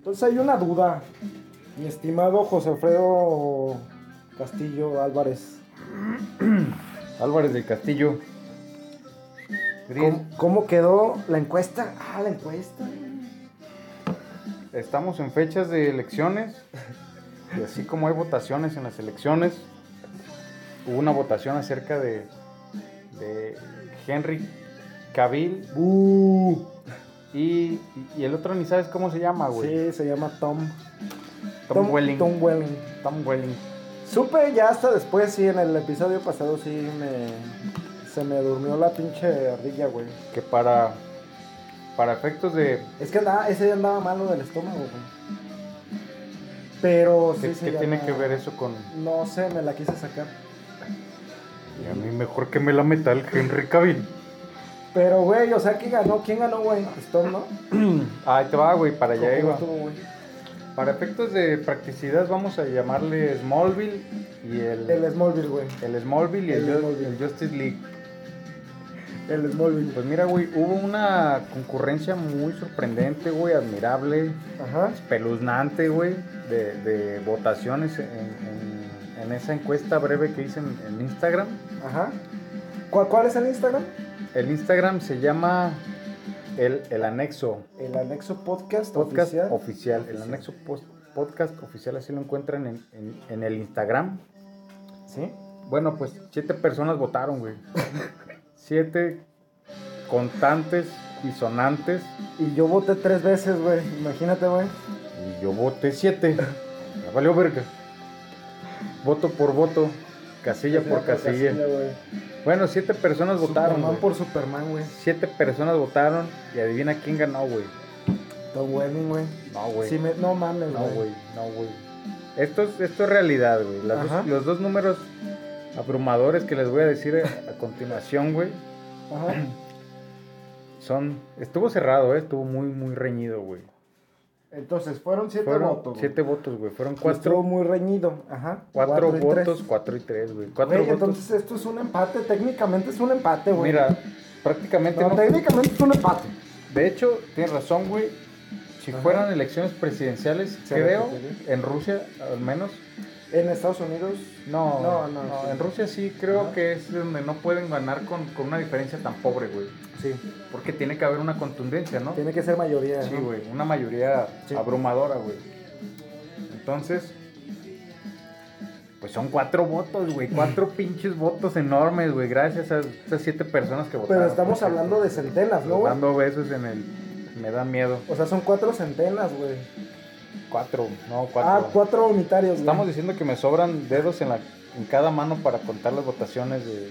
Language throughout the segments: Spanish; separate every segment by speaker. Speaker 1: Entonces hay una duda, mi estimado José Alfredo Castillo Álvarez.
Speaker 2: Álvarez del Castillo. Gris,
Speaker 1: ¿Cómo, cómo quedó la encuesta? Ah, la encuesta.
Speaker 2: estamos en fechas de elecciones. Y así como hay votaciones en las elecciones, hubo una votación acerca de, de Henry Cavill.
Speaker 1: Uh,
Speaker 2: Y, y el otro ni sabes cómo se llama, Ah, güey.
Speaker 1: Sí, se llama Tom.
Speaker 2: Tom, Welling. Tom,
Speaker 1: Tom Welling.
Speaker 2: Welling.
Speaker 1: Supe ya hasta después, sí, en el episodio pasado sí me. Se me durmió la pinche ardilla, güey.
Speaker 2: Que para, para efectos de
Speaker 1: Es que andaba, ese día andaba malo del estómago, güey. Pero sí
Speaker 2: ¿Qué,
Speaker 1: se
Speaker 2: qué tiene
Speaker 1: llama-
Speaker 2: que ver eso con.?
Speaker 1: No sé, me la quise sacar.
Speaker 2: Y a mí mejor que me la meta el Henry Cavill.
Speaker 1: Pero, güey, o sea, ¿quién ganó? ¿Quién ganó, güey? Pues Tom, ¿no?
Speaker 2: Ahí te va, güey, para allá
Speaker 1: ¿Cómo
Speaker 2: iba.
Speaker 1: estuvo, güey?
Speaker 2: Para efectos de practicidad, vamos a llamarle Smallville y el.
Speaker 1: El Smallville, güey.
Speaker 2: el Smallville y el,
Speaker 1: el
Speaker 2: Ju-
Speaker 1: Smallville.
Speaker 2: el Justice League.
Speaker 1: El Smallville.
Speaker 2: Pues mira, güey, hubo una concurrencia muy sorprendente, güey, admirable,
Speaker 1: Ajá.
Speaker 2: espeluznante, güey, de, de votaciones en, en- en esa encuesta breve que hice en, en Instagram.
Speaker 1: Ajá. ¿Cuál, cuál es el Instagram?
Speaker 2: El Instagram se llama El, el Anexo.
Speaker 1: El anexo podcast,
Speaker 2: Podcast
Speaker 1: oficial.
Speaker 2: oficial. El
Speaker 1: Oficial.
Speaker 2: anexo pos- podcast oficial, así lo encuentran en, en- en el Instagram.
Speaker 1: ¿Sí?
Speaker 2: Bueno, pues siete personas votaron, güey. siete contantes y sonantes.
Speaker 1: Y yo voté tres veces, güey. Imagínate, güey.
Speaker 2: Y yo voté siete. Ya valió verga. Voto por voto, casilla por casilla.
Speaker 1: güey.
Speaker 2: Bueno, siete personas votaron.
Speaker 1: Superman
Speaker 2: güey.
Speaker 1: por Superman, güey.
Speaker 2: Siete personas votaron y adivina quién ganó, güey.
Speaker 1: Tom Welling, güey.
Speaker 2: No, güey.
Speaker 1: Sí me- No mames,
Speaker 2: No, güey, no, güey. Esto es, esto es realidad, güey. Las
Speaker 1: Ajá.
Speaker 2: dos- los dos números abrumadores que les voy a decir a, a continuación, güey,
Speaker 1: Ajá.
Speaker 2: son... Estuvo cerrado, eh, estuvo muy, muy reñido, güey.
Speaker 1: Entonces, fueron siete
Speaker 2: Fueron
Speaker 1: votos. güey.
Speaker 2: siete votos, güey. Fueron
Speaker 1: Estuvo
Speaker 2: cuatro,
Speaker 1: muy reñido. Ajá.
Speaker 2: cuatro,
Speaker 1: y tres.
Speaker 2: votos, cuatro y tres, güey. Cuatro
Speaker 1: Güey,
Speaker 2: votos.
Speaker 1: entonces esto es un empate. Técnicamente es un empate, güey.
Speaker 2: Mira, prácticamente
Speaker 1: No,
Speaker 2: no-
Speaker 1: técnicamente es un empate.
Speaker 2: De hecho, tienes razón, güey. Si
Speaker 1: Ajá.
Speaker 2: fueran elecciones presidenciales,
Speaker 1: Se
Speaker 2: creo,
Speaker 1: repetiría.
Speaker 2: en Rusia al menos,
Speaker 1: En Estados Unidos.
Speaker 2: No,
Speaker 1: No,
Speaker 2: no,
Speaker 1: no,
Speaker 2: no.
Speaker 1: sí.
Speaker 2: En Rusia sí creo
Speaker 1: Ajá.
Speaker 2: que es donde no pueden ganar con, con una diferencia tan pobre, güey.
Speaker 1: Sí.
Speaker 2: Porque tiene que haber una contundencia, ¿no?
Speaker 1: Tiene que ser mayoría.
Speaker 2: Sí,
Speaker 1: ¿no?
Speaker 2: güey. Una mayoría
Speaker 1: Sí.
Speaker 2: abrumadora, güey. Entonces, pues son cuatro votos, güey. Cuatro pinches votos enormes, güey. Gracias a esas siete personas que votaron.
Speaker 1: Pero estamos
Speaker 2: por
Speaker 1: hablando de centenas,
Speaker 2: cierto.
Speaker 1: ¿no, güey?
Speaker 2: Dando besos en el. Me da miedo.
Speaker 1: O sea, son cuatro centenas, güey.
Speaker 2: Cuatro, no,
Speaker 1: Ah,
Speaker 2: cuatro.
Speaker 1: cuatro unitarios, güey.
Speaker 2: Estamos diciendo que me sobran dedos en, la, en cada mano para contar las votaciones de.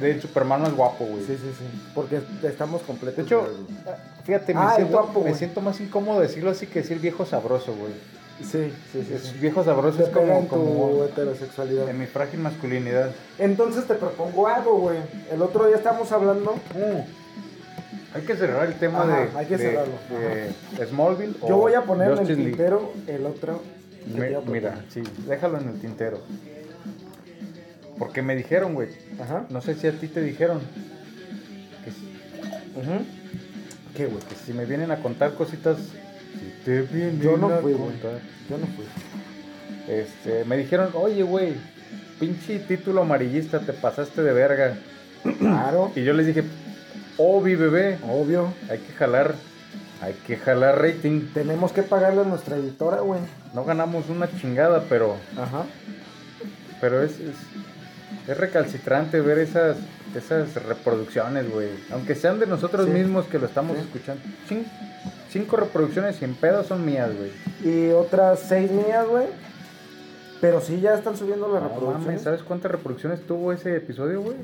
Speaker 2: De Superman es guapo, güey.
Speaker 1: Sí, sí, sí. Porque estamos completos.
Speaker 2: De hecho,
Speaker 1: güey.
Speaker 2: fíjate, me,
Speaker 1: Ah, el
Speaker 2: siento,
Speaker 1: guapo,
Speaker 2: me
Speaker 1: güey.
Speaker 2: siento más incómodo decirlo así que decir viejo sabroso, güey.
Speaker 1: sí, sí, sí.
Speaker 2: Es-
Speaker 1: sí.
Speaker 2: Viejo sabroso
Speaker 1: Te
Speaker 2: es
Speaker 1: pega
Speaker 2: como,
Speaker 1: en tu
Speaker 2: como
Speaker 1: heterosexualidad.
Speaker 2: en mi frágil masculinidad.
Speaker 1: Entonces te propongo algo, güey. El otro día estamos hablando.
Speaker 2: hay que cerrar el tema
Speaker 1: Eh. Ajá,
Speaker 2: de,
Speaker 1: hay que
Speaker 2: de-
Speaker 1: cerrarlo.
Speaker 2: de Smallville.
Speaker 1: Yo
Speaker 2: o
Speaker 1: voy a poner en el
Speaker 2: Justice League.
Speaker 1: tintero el otro. que te
Speaker 2: Oh, Me-
Speaker 1: iba a proponer.
Speaker 2: mira, sí, déjalo en el tintero. Porque me dijeron, güey.
Speaker 1: Ajá.
Speaker 2: No sé si a ti te dijeron que si-
Speaker 1: Ujú. ¿Qué, güey?
Speaker 2: Que si me vienen a contar cositas. Si te vienen
Speaker 1: Yo no
Speaker 2: a
Speaker 1: fui, güey.
Speaker 2: contar.
Speaker 1: Yo no fui.
Speaker 2: Este, me dijeron, oye, güey, pinche título amarillista, te pasaste de verga.
Speaker 1: Claro.
Speaker 2: Y yo les dije, obi, bebé,
Speaker 1: Obvio.
Speaker 2: hay que jalar, hay que jalar rating.
Speaker 1: Tenemos que pagarle a nuestra editora, güey.
Speaker 2: No ganamos una chingada, pero,
Speaker 1: Ajá.
Speaker 2: pero es, es, es recalcitrante ver esas, esas reproducciones, güey. Aunque sean de nosotros
Speaker 1: Sí.
Speaker 2: mismos que lo estamos
Speaker 1: Sí.
Speaker 2: escuchando. Cin- cinco reproducciones sin pedo son mías, güey.
Speaker 1: Y otras seis mías, güey. Pero sí, ya están subiendo las
Speaker 2: No mames,
Speaker 1: reproducciones.
Speaker 2: ¿sabes cuántas reproducciones tuvo ese episodio, güey?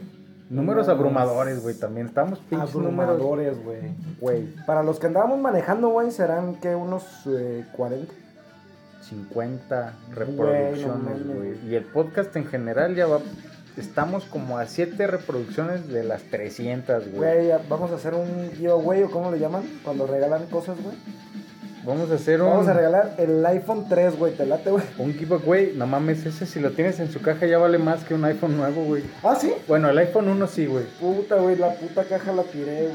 Speaker 1: No
Speaker 2: Números
Speaker 1: mames.
Speaker 2: abrumadores, güey, también. Estamos pinches números,
Speaker 1: Abrumadores, güey.
Speaker 2: güey.
Speaker 1: Para los que andábamos manejando, güey, serán que unos eh, 40.
Speaker 2: 50 reproducciones,
Speaker 1: mames,
Speaker 2: güey.
Speaker 1: güey.
Speaker 2: y el podcast en general ya va... Estamos como a 7 reproducciones de las 300, güey.
Speaker 1: Güey, ya vamos a hacer un giveaway o cómo le llaman cuando regalan cosas, güey.
Speaker 2: Vamos a hacer un,
Speaker 1: Vamos a regalar el iPhone 3, güey, te late, güey.
Speaker 2: un giveaway. No mames, ese si lo tienes en su caja ya vale más que un iPhone nuevo, güey.
Speaker 1: Ah, sí.
Speaker 2: Bueno, el iPhone 1 sí, güey.
Speaker 1: Puta, güey, la puta caja la tiré,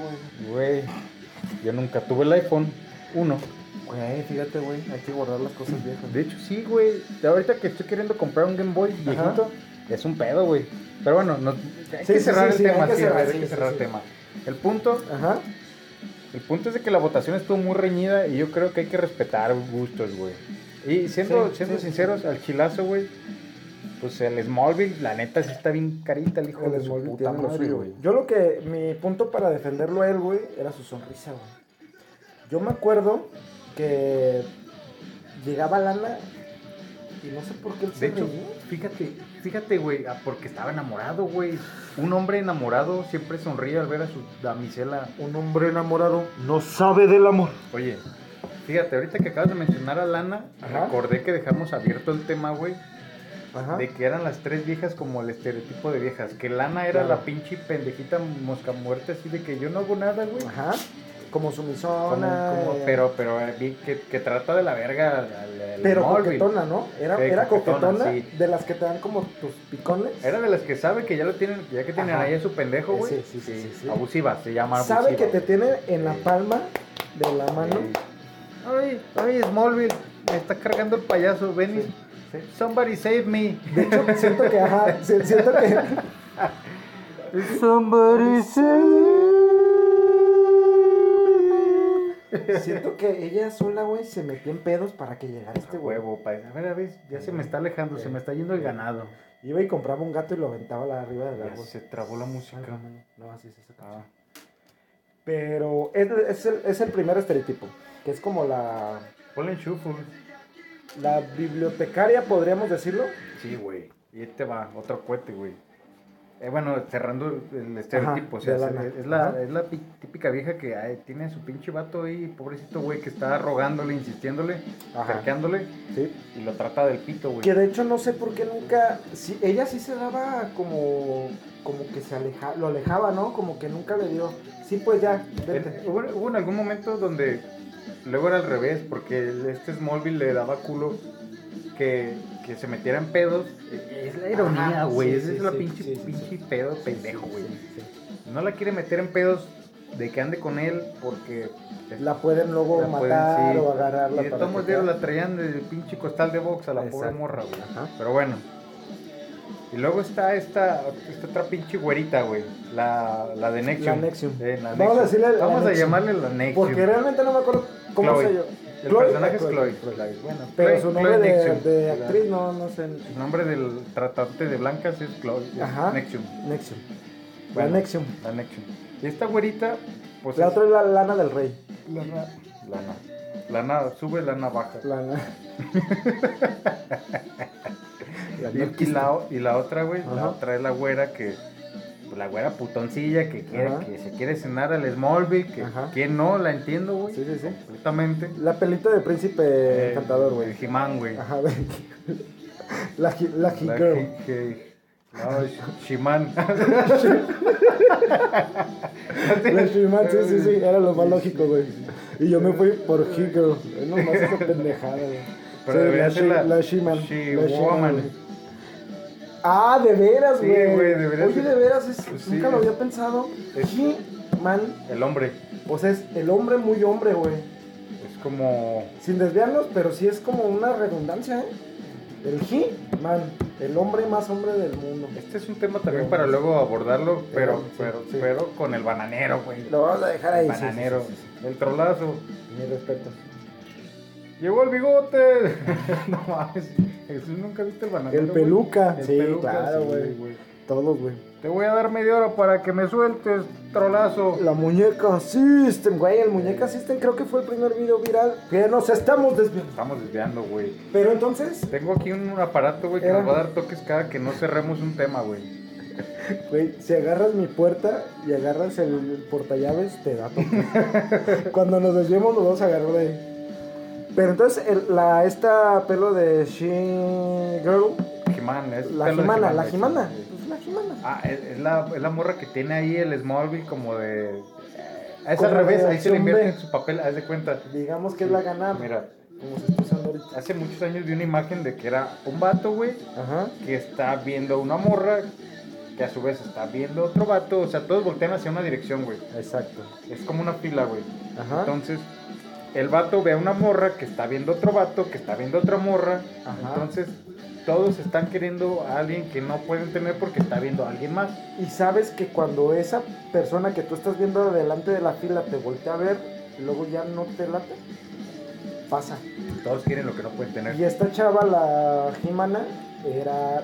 Speaker 1: güey.
Speaker 2: Güey, yo nunca tuve el iPhone 1.
Speaker 1: Güey, fíjate, güey, hay que guardar las cosas viejas.
Speaker 2: De hecho, sí, güey. De Ahorita que estoy queriendo comprar un Game Boy viejito, es un pedo, güey. Pero bueno, no- hay
Speaker 1: Sí,
Speaker 2: que
Speaker 1: sí,
Speaker 2: cerrar
Speaker 1: sí, sí,
Speaker 2: el tema,
Speaker 1: hay que
Speaker 2: sí,
Speaker 1: cerrar,
Speaker 2: hay
Speaker 1: sí,
Speaker 2: que
Speaker 1: sí,
Speaker 2: cerrar
Speaker 1: sí.
Speaker 2: el tema. El punto,
Speaker 1: Ajá.
Speaker 2: el punto es de que la votación estuvo muy reñida y yo creo que hay que respetar gustos, güey. Y siendo,
Speaker 1: Sí,
Speaker 2: siendo
Speaker 1: sí.
Speaker 2: sinceros, al chilazo, güey, pues el Smallville, la neta, sí está bien carita el hijo
Speaker 1: El
Speaker 2: de su
Speaker 1: Smallville
Speaker 2: puta
Speaker 1: tiene
Speaker 2: madre,
Speaker 1: madre,
Speaker 2: güey.
Speaker 1: güey. Yo lo que, mi punto para defenderlo a él, güey, era su sonrisa, güey. Yo me acuerdo que llegaba Lana y no sé por qué él
Speaker 2: De
Speaker 1: se
Speaker 2: hecho,
Speaker 1: reía.
Speaker 2: fíjate, fíjate, güey, ah, porque estaba enamorado, güey. Un hombre enamorado siempre sonríe al ver a su damisela.
Speaker 1: Un hombre enamorado no sabe del amor.
Speaker 2: Oye, fíjate, ahorita que acabas de mencionar a Lana,
Speaker 1: Ajá.
Speaker 2: recordé que dejamos abierto el tema, güey,
Speaker 1: Ajá.
Speaker 2: de que eran las tres viejas como el estereotipo de viejas. Que Lana era
Speaker 1: Claro.
Speaker 2: la pinche pendejita mosca muerta, así de que yo no hago nada, güey.
Speaker 1: Ajá. Como
Speaker 2: Como-
Speaker 1: sumisona.
Speaker 2: como-
Speaker 1: eh,
Speaker 2: pero, pero, eh, vi que, que trata de la verga al- al- al
Speaker 1: pero
Speaker 2: Smallville.
Speaker 1: coquetona, ¿no? Era,
Speaker 2: Sí,
Speaker 1: era
Speaker 2: coquetona,
Speaker 1: coquetona,
Speaker 2: sí.
Speaker 1: de las que te dan como tus picones.
Speaker 2: Era de las que sabe que ya lo tienen, ya que tienen
Speaker 1: Ajá.
Speaker 2: ahí a su pendejo, güey.
Speaker 1: Sí, sí, sí, sí, sí.
Speaker 2: Abusiva, se llama abusiva.
Speaker 1: Sabe que te
Speaker 2: güey.
Speaker 1: tiene en la
Speaker 2: Sí.
Speaker 1: palma de la mano.
Speaker 2: Sí. Ay, ay, Smallville, me está cargando el payaso, ven y-
Speaker 1: Sí,
Speaker 2: Somebody save me.
Speaker 1: De hecho, siento que, ajá, si- siento que
Speaker 2: Somebody
Speaker 1: Siento que ella sola, güey, se metió en pedos para que llegara este
Speaker 2: Este
Speaker 1: güey.
Speaker 2: huevo, pa. A ver, a ver, ya se me está alejando, se me está yendo el ganado.
Speaker 1: Iba y compraba un gato y lo aventaba a la arriba del
Speaker 2: Ya
Speaker 1: árbol.
Speaker 2: se trabó la música.
Speaker 1: No, así es esa canción.
Speaker 2: Ah,
Speaker 1: Pero es, es el, es el primer estereotipo, que es como la,
Speaker 2: Ponle en shuffle.
Speaker 1: la bibliotecaria, podríamos decirlo.
Speaker 2: Sí, güey. Y este va, otro cohete, güey. Eh, bueno, cerrando el- el estereotipo,
Speaker 1: Ajá,
Speaker 2: o sea,
Speaker 1: de
Speaker 2: es,
Speaker 1: lana.
Speaker 2: es la,
Speaker 1: Ajá.
Speaker 2: es la pi- típica vieja que ay, tiene a su pinche vato ahí, pobrecito güey, que está rogándole, insistiéndole,
Speaker 1: Ajá.
Speaker 2: cerqueándole,
Speaker 1: Sí.
Speaker 2: y lo trata del pito, güey.
Speaker 1: Que de hecho no sé por qué nunca. Sí, ella sí se daba como. Como que se alejaba, lo alejaba, ¿no? Como que nunca le dio. Sí, pues ya,
Speaker 2: En-
Speaker 1: vete.
Speaker 2: Hubo, hubo en algún momento donde luego era al revés, porque el- este Smallville le daba culo que, que se metieran pedos. Es la ironía,
Speaker 1: Ajá,
Speaker 2: güey.
Speaker 1: sí,
Speaker 2: es
Speaker 1: sí,
Speaker 2: es la
Speaker 1: sí,
Speaker 2: pinche,
Speaker 1: sí, sí,
Speaker 2: pinche
Speaker 1: sí.
Speaker 2: pedo pendejo, güey.
Speaker 1: Sí,
Speaker 2: No la quiere meter en pedos de que ande con él porque
Speaker 1: sí. La pueden luego
Speaker 2: la pueden,
Speaker 1: matar
Speaker 2: sí.
Speaker 1: o agarrarla.
Speaker 2: Y de
Speaker 1: para
Speaker 2: todos
Speaker 1: que
Speaker 2: modos
Speaker 1: sea-
Speaker 2: la traían de pinche costal de box a la pobre
Speaker 1: Exacto.
Speaker 2: morra, güey.
Speaker 1: Ajá.
Speaker 2: Pero bueno. Y luego está esta, esta otra pinche güerita, güey. La, la de Nexium.
Speaker 1: La Nexium.
Speaker 2: Eh, la
Speaker 1: Vamos
Speaker 2: Nexium.
Speaker 1: a decirle la
Speaker 2: Vamos a
Speaker 1: Nexium.
Speaker 2: llamarle la Nexium.
Speaker 1: Porque realmente no me acuerdo cómo
Speaker 2: Chloe.
Speaker 1: se yo.
Speaker 2: El
Speaker 1: Chloe,
Speaker 2: personaje
Speaker 1: ah,
Speaker 2: es Chloe. Bueno,
Speaker 1: Pero
Speaker 2: Chloe-
Speaker 1: su
Speaker 2: Chloe
Speaker 1: nombre de,
Speaker 2: Nexium.
Speaker 1: de actriz no, no sé.
Speaker 2: El nombre del tratante de blancas es Chloe. es
Speaker 1: Ajá.
Speaker 2: Nexium.
Speaker 1: Nexium.
Speaker 2: Bueno.
Speaker 1: La Nexium.
Speaker 2: La Nexium. Y esta güerita, pues.
Speaker 1: La
Speaker 2: es-
Speaker 1: otra es la lana del rey.
Speaker 2: Lana. Lana. Lana sube, lana baja.
Speaker 1: Lana. La
Speaker 2: Y- y,
Speaker 1: anarquista.
Speaker 2: la, y la otra, güey, la
Speaker 1: Ajá.
Speaker 2: otra es la güera que. pues, La güera putoncilla que, quiere,
Speaker 1: Ajá.
Speaker 2: que se quiere cenar al Smallville, que
Speaker 1: Ajá.
Speaker 2: ¿quién no, la entiendo, güey.
Speaker 1: Sí, sí, sí.
Speaker 2: Completamente.
Speaker 1: La pelita de príncipe
Speaker 2: Eh,
Speaker 1: encantador, güey.
Speaker 2: El He-Man, güey.
Speaker 1: Ajá, güey. La, gi- la gi-
Speaker 2: La
Speaker 1: girl.
Speaker 2: que- que- No, Sh- She-Man.
Speaker 1: La She-Man, sí, sí, sí, era lo más lógico, güey. Y yo me fui por He-Girl. Es nomás eh, esa pendejada, güey.
Speaker 2: Pero
Speaker 1: Sí,
Speaker 2: debería
Speaker 1: la,
Speaker 2: ser
Speaker 1: She-
Speaker 2: la
Speaker 1: la She-Man. la
Speaker 2: She-Woman.
Speaker 1: güey. Ah, de veras,
Speaker 2: Sí,
Speaker 1: güey.
Speaker 2: güey, debería
Speaker 1: Oye,
Speaker 2: ser-
Speaker 1: de veras, es-
Speaker 2: Pues sí,
Speaker 1: nunca lo
Speaker 2: es-
Speaker 1: había pensado.
Speaker 2: es-
Speaker 1: He-Man,
Speaker 2: El hombre.
Speaker 1: o sea, es el hombre muy hombre, güey.
Speaker 2: Es como.
Speaker 1: Sin desviarnos, pero sí es como una redundancia, ¿eh? El He-Man, el hombre más hombre del mundo.
Speaker 2: Este es un tema también para luego abordarlo, pero,
Speaker 1: Sí,
Speaker 2: pero,
Speaker 1: sí.
Speaker 2: pero con el bananero, güey.
Speaker 1: Lo vamos a dejar ahí.
Speaker 2: El
Speaker 1: sí, sí, sí,
Speaker 2: bananero.
Speaker 1: sí, sí.
Speaker 2: El trolazo.
Speaker 1: Mi respeto.
Speaker 2: Llegó el bigote. no mames. Jesús nunca viste el bananero.
Speaker 1: El
Speaker 2: güey?
Speaker 1: peluca.
Speaker 2: El
Speaker 1: sí,
Speaker 2: peluca,
Speaker 1: claro,
Speaker 2: sí,
Speaker 1: güey. Todos, güey.
Speaker 2: Te voy a dar media hora para que me sueltes, trolazo.
Speaker 1: La muñeca System, güey. El muñeca System creo que fue el primer video viral. Que nos estamos desviando.
Speaker 2: Estamos desviando, güey.
Speaker 1: Pero entonces,
Speaker 2: Tengo aquí un aparato, güey, que
Speaker 1: Era-
Speaker 2: nos va a dar toques cada que no cerremos un tema, güey.
Speaker 1: güey, si agarras mi puerta y agarras el portallaves, te da toque. Cuando nos desviemos, nos vamos a agarrar de ahí. Pero entonces, el- la, esta pelo de She Girl,
Speaker 2: Jimán, es
Speaker 1: la
Speaker 2: pelo de
Speaker 1: Jimana,
Speaker 2: He-Man,
Speaker 1: la
Speaker 2: de hecho,
Speaker 1: Jimana.
Speaker 2: sí.
Speaker 1: Pues la Jimana.
Speaker 2: Ah, es, es la, es la morra que tiene ahí el Smallville como de... Es
Speaker 1: Como
Speaker 2: al revés, ahí se le
Speaker 1: reacción
Speaker 2: invierte
Speaker 1: B.
Speaker 2: en su papel, haz de cuenta.
Speaker 1: Digamos que es la ganada.
Speaker 2: Mira,
Speaker 1: Como se está usando ahorita.
Speaker 2: hace muchos años vi una imagen de que era un vato, güey,
Speaker 1: Ajá.
Speaker 2: que está viendo a una morra, que a su vez está viendo a otro vato, o sea, todos voltean hacia una dirección, güey.
Speaker 1: Exacto.
Speaker 2: Es como una fila, güey.
Speaker 1: Ajá.
Speaker 2: Entonces, el vato ve a una morra que está viendo otro vato, que está viendo otra morra.
Speaker 1: Ajá.
Speaker 2: Entonces, todos están queriendo a alguien que no pueden tener porque está viendo a alguien más.
Speaker 1: Y sabes que cuando esa persona que tú estás viendo delante de la fila te voltea a ver, luego ya no te late, pasa.
Speaker 2: Todos quieren lo que no pueden tener.
Speaker 1: Y esta chava, la Jimana, era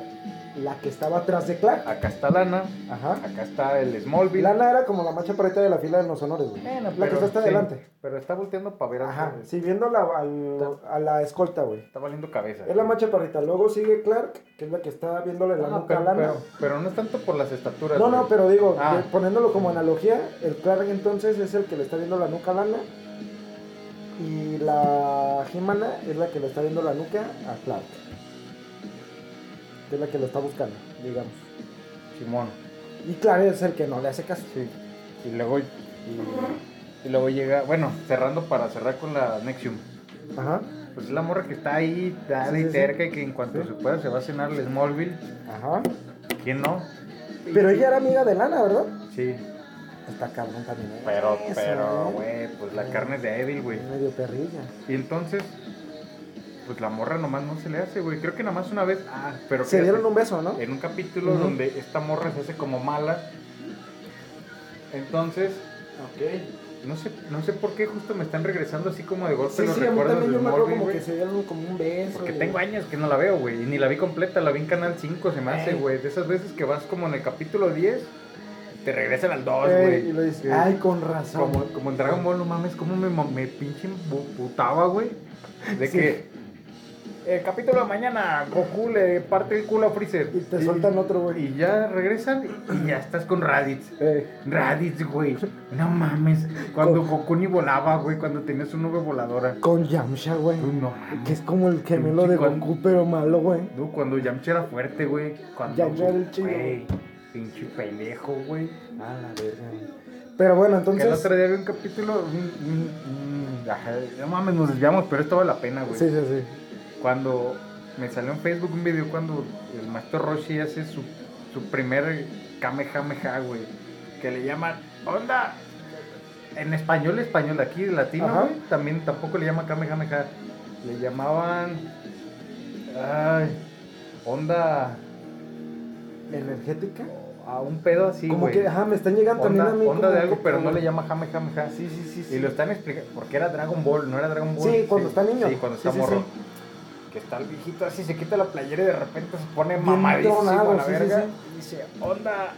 Speaker 1: la que estaba atrás de Clark.
Speaker 2: Acá está Lana,
Speaker 1: Ajá.
Speaker 2: acá está el Smallville.
Speaker 1: Lana era como la más chaparrita de la fila de los honores, güey.
Speaker 2: Bueno,
Speaker 1: la que está hasta
Speaker 2: sí,
Speaker 1: adelante.
Speaker 2: Pero está volteando para ver a
Speaker 1: Ajá.
Speaker 2: otro.
Speaker 1: Sí, viendo la- al- a la escolta, güey.
Speaker 2: Está valiendo cabeza.
Speaker 1: Es la más chaparrita. Luego sigue Clark, que es la que está viéndole la
Speaker 2: No,
Speaker 1: nuca a
Speaker 2: Ah, pero,
Speaker 1: Lana.
Speaker 2: pero- pero no es tanto por las estaturas.
Speaker 1: No,
Speaker 2: güey.
Speaker 1: no, pero digo,
Speaker 2: Ah.
Speaker 1: de- poniéndolo como analogía, el Clark entonces es el que le está viendo la nuca a Lana y la Jimana es la que le está viendo la nuca a Clark. Que es la que lo está buscando, digamos.
Speaker 2: Simón,
Speaker 1: Y Clark es el que no le hace caso.
Speaker 2: sí. Y luego, y, y luego llega, bueno, cerrando para cerrar con la Nexium.
Speaker 1: Ajá,
Speaker 2: Pues es la morra que está ahí, dada
Speaker 1: Sí,
Speaker 2: y
Speaker 1: sí, sí.
Speaker 2: terca, y que en cuanto
Speaker 1: Sí.
Speaker 2: se pueda se va a cenar el Smallville.
Speaker 1: ajá.
Speaker 2: ¿Quién no?
Speaker 1: Pero ella era amiga de Lana, ¿verdad?
Speaker 2: Sí,
Speaker 1: Está cabrón también. ¿eh?
Speaker 2: pero,
Speaker 1: Eso,
Speaker 2: pero,
Speaker 1: ¿eh?
Speaker 2: güey, pues la carne es de Evil, güey.
Speaker 1: Es Medio perrilla.
Speaker 2: Y entonces, pues la morra nomás no se le hace, güey. Creo que nada más una vez. Ah, pero
Speaker 1: Se
Speaker 2: fíjate,
Speaker 1: dieron un beso, ¿no?
Speaker 2: En un capítulo
Speaker 1: Ujú.
Speaker 2: donde esta morra se hace como mala. Entonces,
Speaker 1: Ok.
Speaker 2: no sé, no sé por qué justo me están regresando así como de golpe
Speaker 1: Sí,
Speaker 2: los
Speaker 1: sí, a mí
Speaker 2: recuerdos
Speaker 1: también
Speaker 2: de
Speaker 1: yo me acuerdo
Speaker 2: Smallville,
Speaker 1: como
Speaker 2: güey.
Speaker 1: que se dieron como un beso.
Speaker 2: Porque
Speaker 1: y-
Speaker 2: tengo años que no la veo, güey. Y ni la vi completa, la vi en Canal 5, se me hace,
Speaker 1: Ey.
Speaker 2: güey. De esas veces que vas como en el capítulo 10, te regresan al 2,
Speaker 1: Ey,
Speaker 2: güey.
Speaker 1: y lo dice,
Speaker 2: Eh,
Speaker 1: ay, con razón.
Speaker 2: Como, como en Dragon Ball, no mames, como me, mo- me pinche empu- putaba, güey. De
Speaker 1: Sí.
Speaker 2: que. El capítulo de mañana, Goku le parte el culo a Freezer.
Speaker 1: Y te sueltan otro, güey.
Speaker 2: Y ya regresan y ya estás con Raditz.
Speaker 1: Eh,
Speaker 2: Raditz, güey. No mames. Cuando Goku ni volaba, güey. Cuando tenías una nube voladora.
Speaker 1: con Yamcha, güey.
Speaker 2: Tú no mames.
Speaker 1: Que es como el gemelo de
Speaker 2: Pinche con-
Speaker 1: Goku, pero malo, güey.
Speaker 2: No, cuando Yamcha era fuerte, güey. Cuando
Speaker 1: Yamcha era el chido.
Speaker 2: Güey, pinche pelejo, güey.
Speaker 1: Ah, la verga. Pero bueno,
Speaker 2: Que el
Speaker 1: entonces.
Speaker 2: otro día vi un capítulo. mm, mm, mm, ajá, no mames, nos desviamos, pero esto vale la pena, güey.
Speaker 1: Sí, sí, sí.
Speaker 2: Cuando me salió en Facebook un video cuando el maestro Roshi hace su, su primer Kamehameha, güey. Que le llaman onda. En español, español, de aquí, de latino,
Speaker 1: Ajá.
Speaker 2: güey. También tampoco le llama Kamehameha. Le llamaban. Ay. Onda.
Speaker 1: Energética.
Speaker 2: A un pedo así,
Speaker 1: como
Speaker 2: güey.
Speaker 1: que, ajá, me están llegando
Speaker 2: onda,
Speaker 1: también a mí.
Speaker 2: onda
Speaker 1: como
Speaker 2: de algo,
Speaker 1: que-
Speaker 2: pero no le llama Kamehameha.
Speaker 1: Sí, sí, sí. sí.
Speaker 2: Y lo están explicando, porque era Dragon Ball, no era Dragon Ball.
Speaker 1: Sí, cuando está niño.
Speaker 2: Sí, cuando está
Speaker 1: Sí, sí,
Speaker 2: morro.
Speaker 1: sí.
Speaker 2: Que está el viejito así, se quita la playera y de repente se pone
Speaker 1: Bien
Speaker 2: mamadísimo a la
Speaker 1: tronado, sí, sí,
Speaker 2: verga.
Speaker 1: sí.
Speaker 2: Y Dice, onda,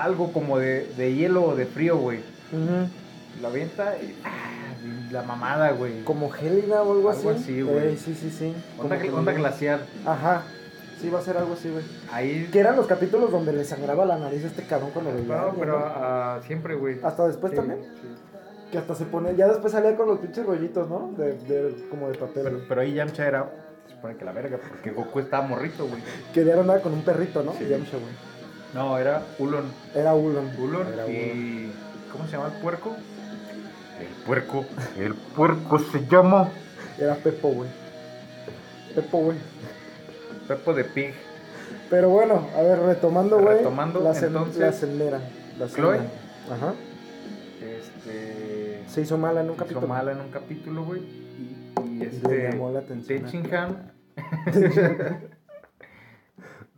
Speaker 2: algo como de, de hielo o de frío, güey.
Speaker 1: Ujú.
Speaker 2: Lo avienta y, ah, y la mamada, güey.
Speaker 1: Como Helena o algo así.
Speaker 2: Algo así, güey.
Speaker 1: Ey, sí, sí, sí.
Speaker 2: Onda,
Speaker 1: Como que-
Speaker 2: onda glaciar.
Speaker 1: Ajá. Sí, va a ser algo así, güey.
Speaker 2: Ahí.
Speaker 1: Que eran los capítulos donde le sangraba la nariz a este cabrón cuando lo veía.
Speaker 2: No,
Speaker 1: güey,
Speaker 2: pero
Speaker 1: ¿no?
Speaker 2: ah, siempre, güey.
Speaker 1: Hasta después
Speaker 2: Sí,
Speaker 1: también.
Speaker 2: sí.
Speaker 1: Que hasta se pone. Ya después salía con los pinches rollitos, ¿no? De, de- como de papel.
Speaker 2: Pero, pero ahí Yamcha era, se supone que la verga, porque Goku estaba morrito, güey.
Speaker 1: Quería andar con un perrito, ¿no?
Speaker 2: Sí.
Speaker 1: Yamcha, güey.
Speaker 2: No, era Ulon.
Speaker 1: Era Ulon.
Speaker 2: Bulor
Speaker 1: Era Ulon.
Speaker 2: y. ¿Cómo se llama el puerco? El puerco. El puerco se llama.
Speaker 1: Era Pepo, güey. Pepo, güey.
Speaker 2: Pepo de Pig.
Speaker 1: Pero bueno, a ver, retomando, güey.
Speaker 2: Retomando,
Speaker 1: la, cen-
Speaker 2: entonces,
Speaker 1: la sendera. La
Speaker 2: Chloe.
Speaker 1: sendera. Ajá.
Speaker 2: Este.
Speaker 1: Se hizo mala en un
Speaker 2: hizo
Speaker 1: capítulo.
Speaker 2: mala en un capítulo, güey. Y, y
Speaker 1: Le
Speaker 2: este.
Speaker 1: llamó la atención.
Speaker 2: Tenshinhan.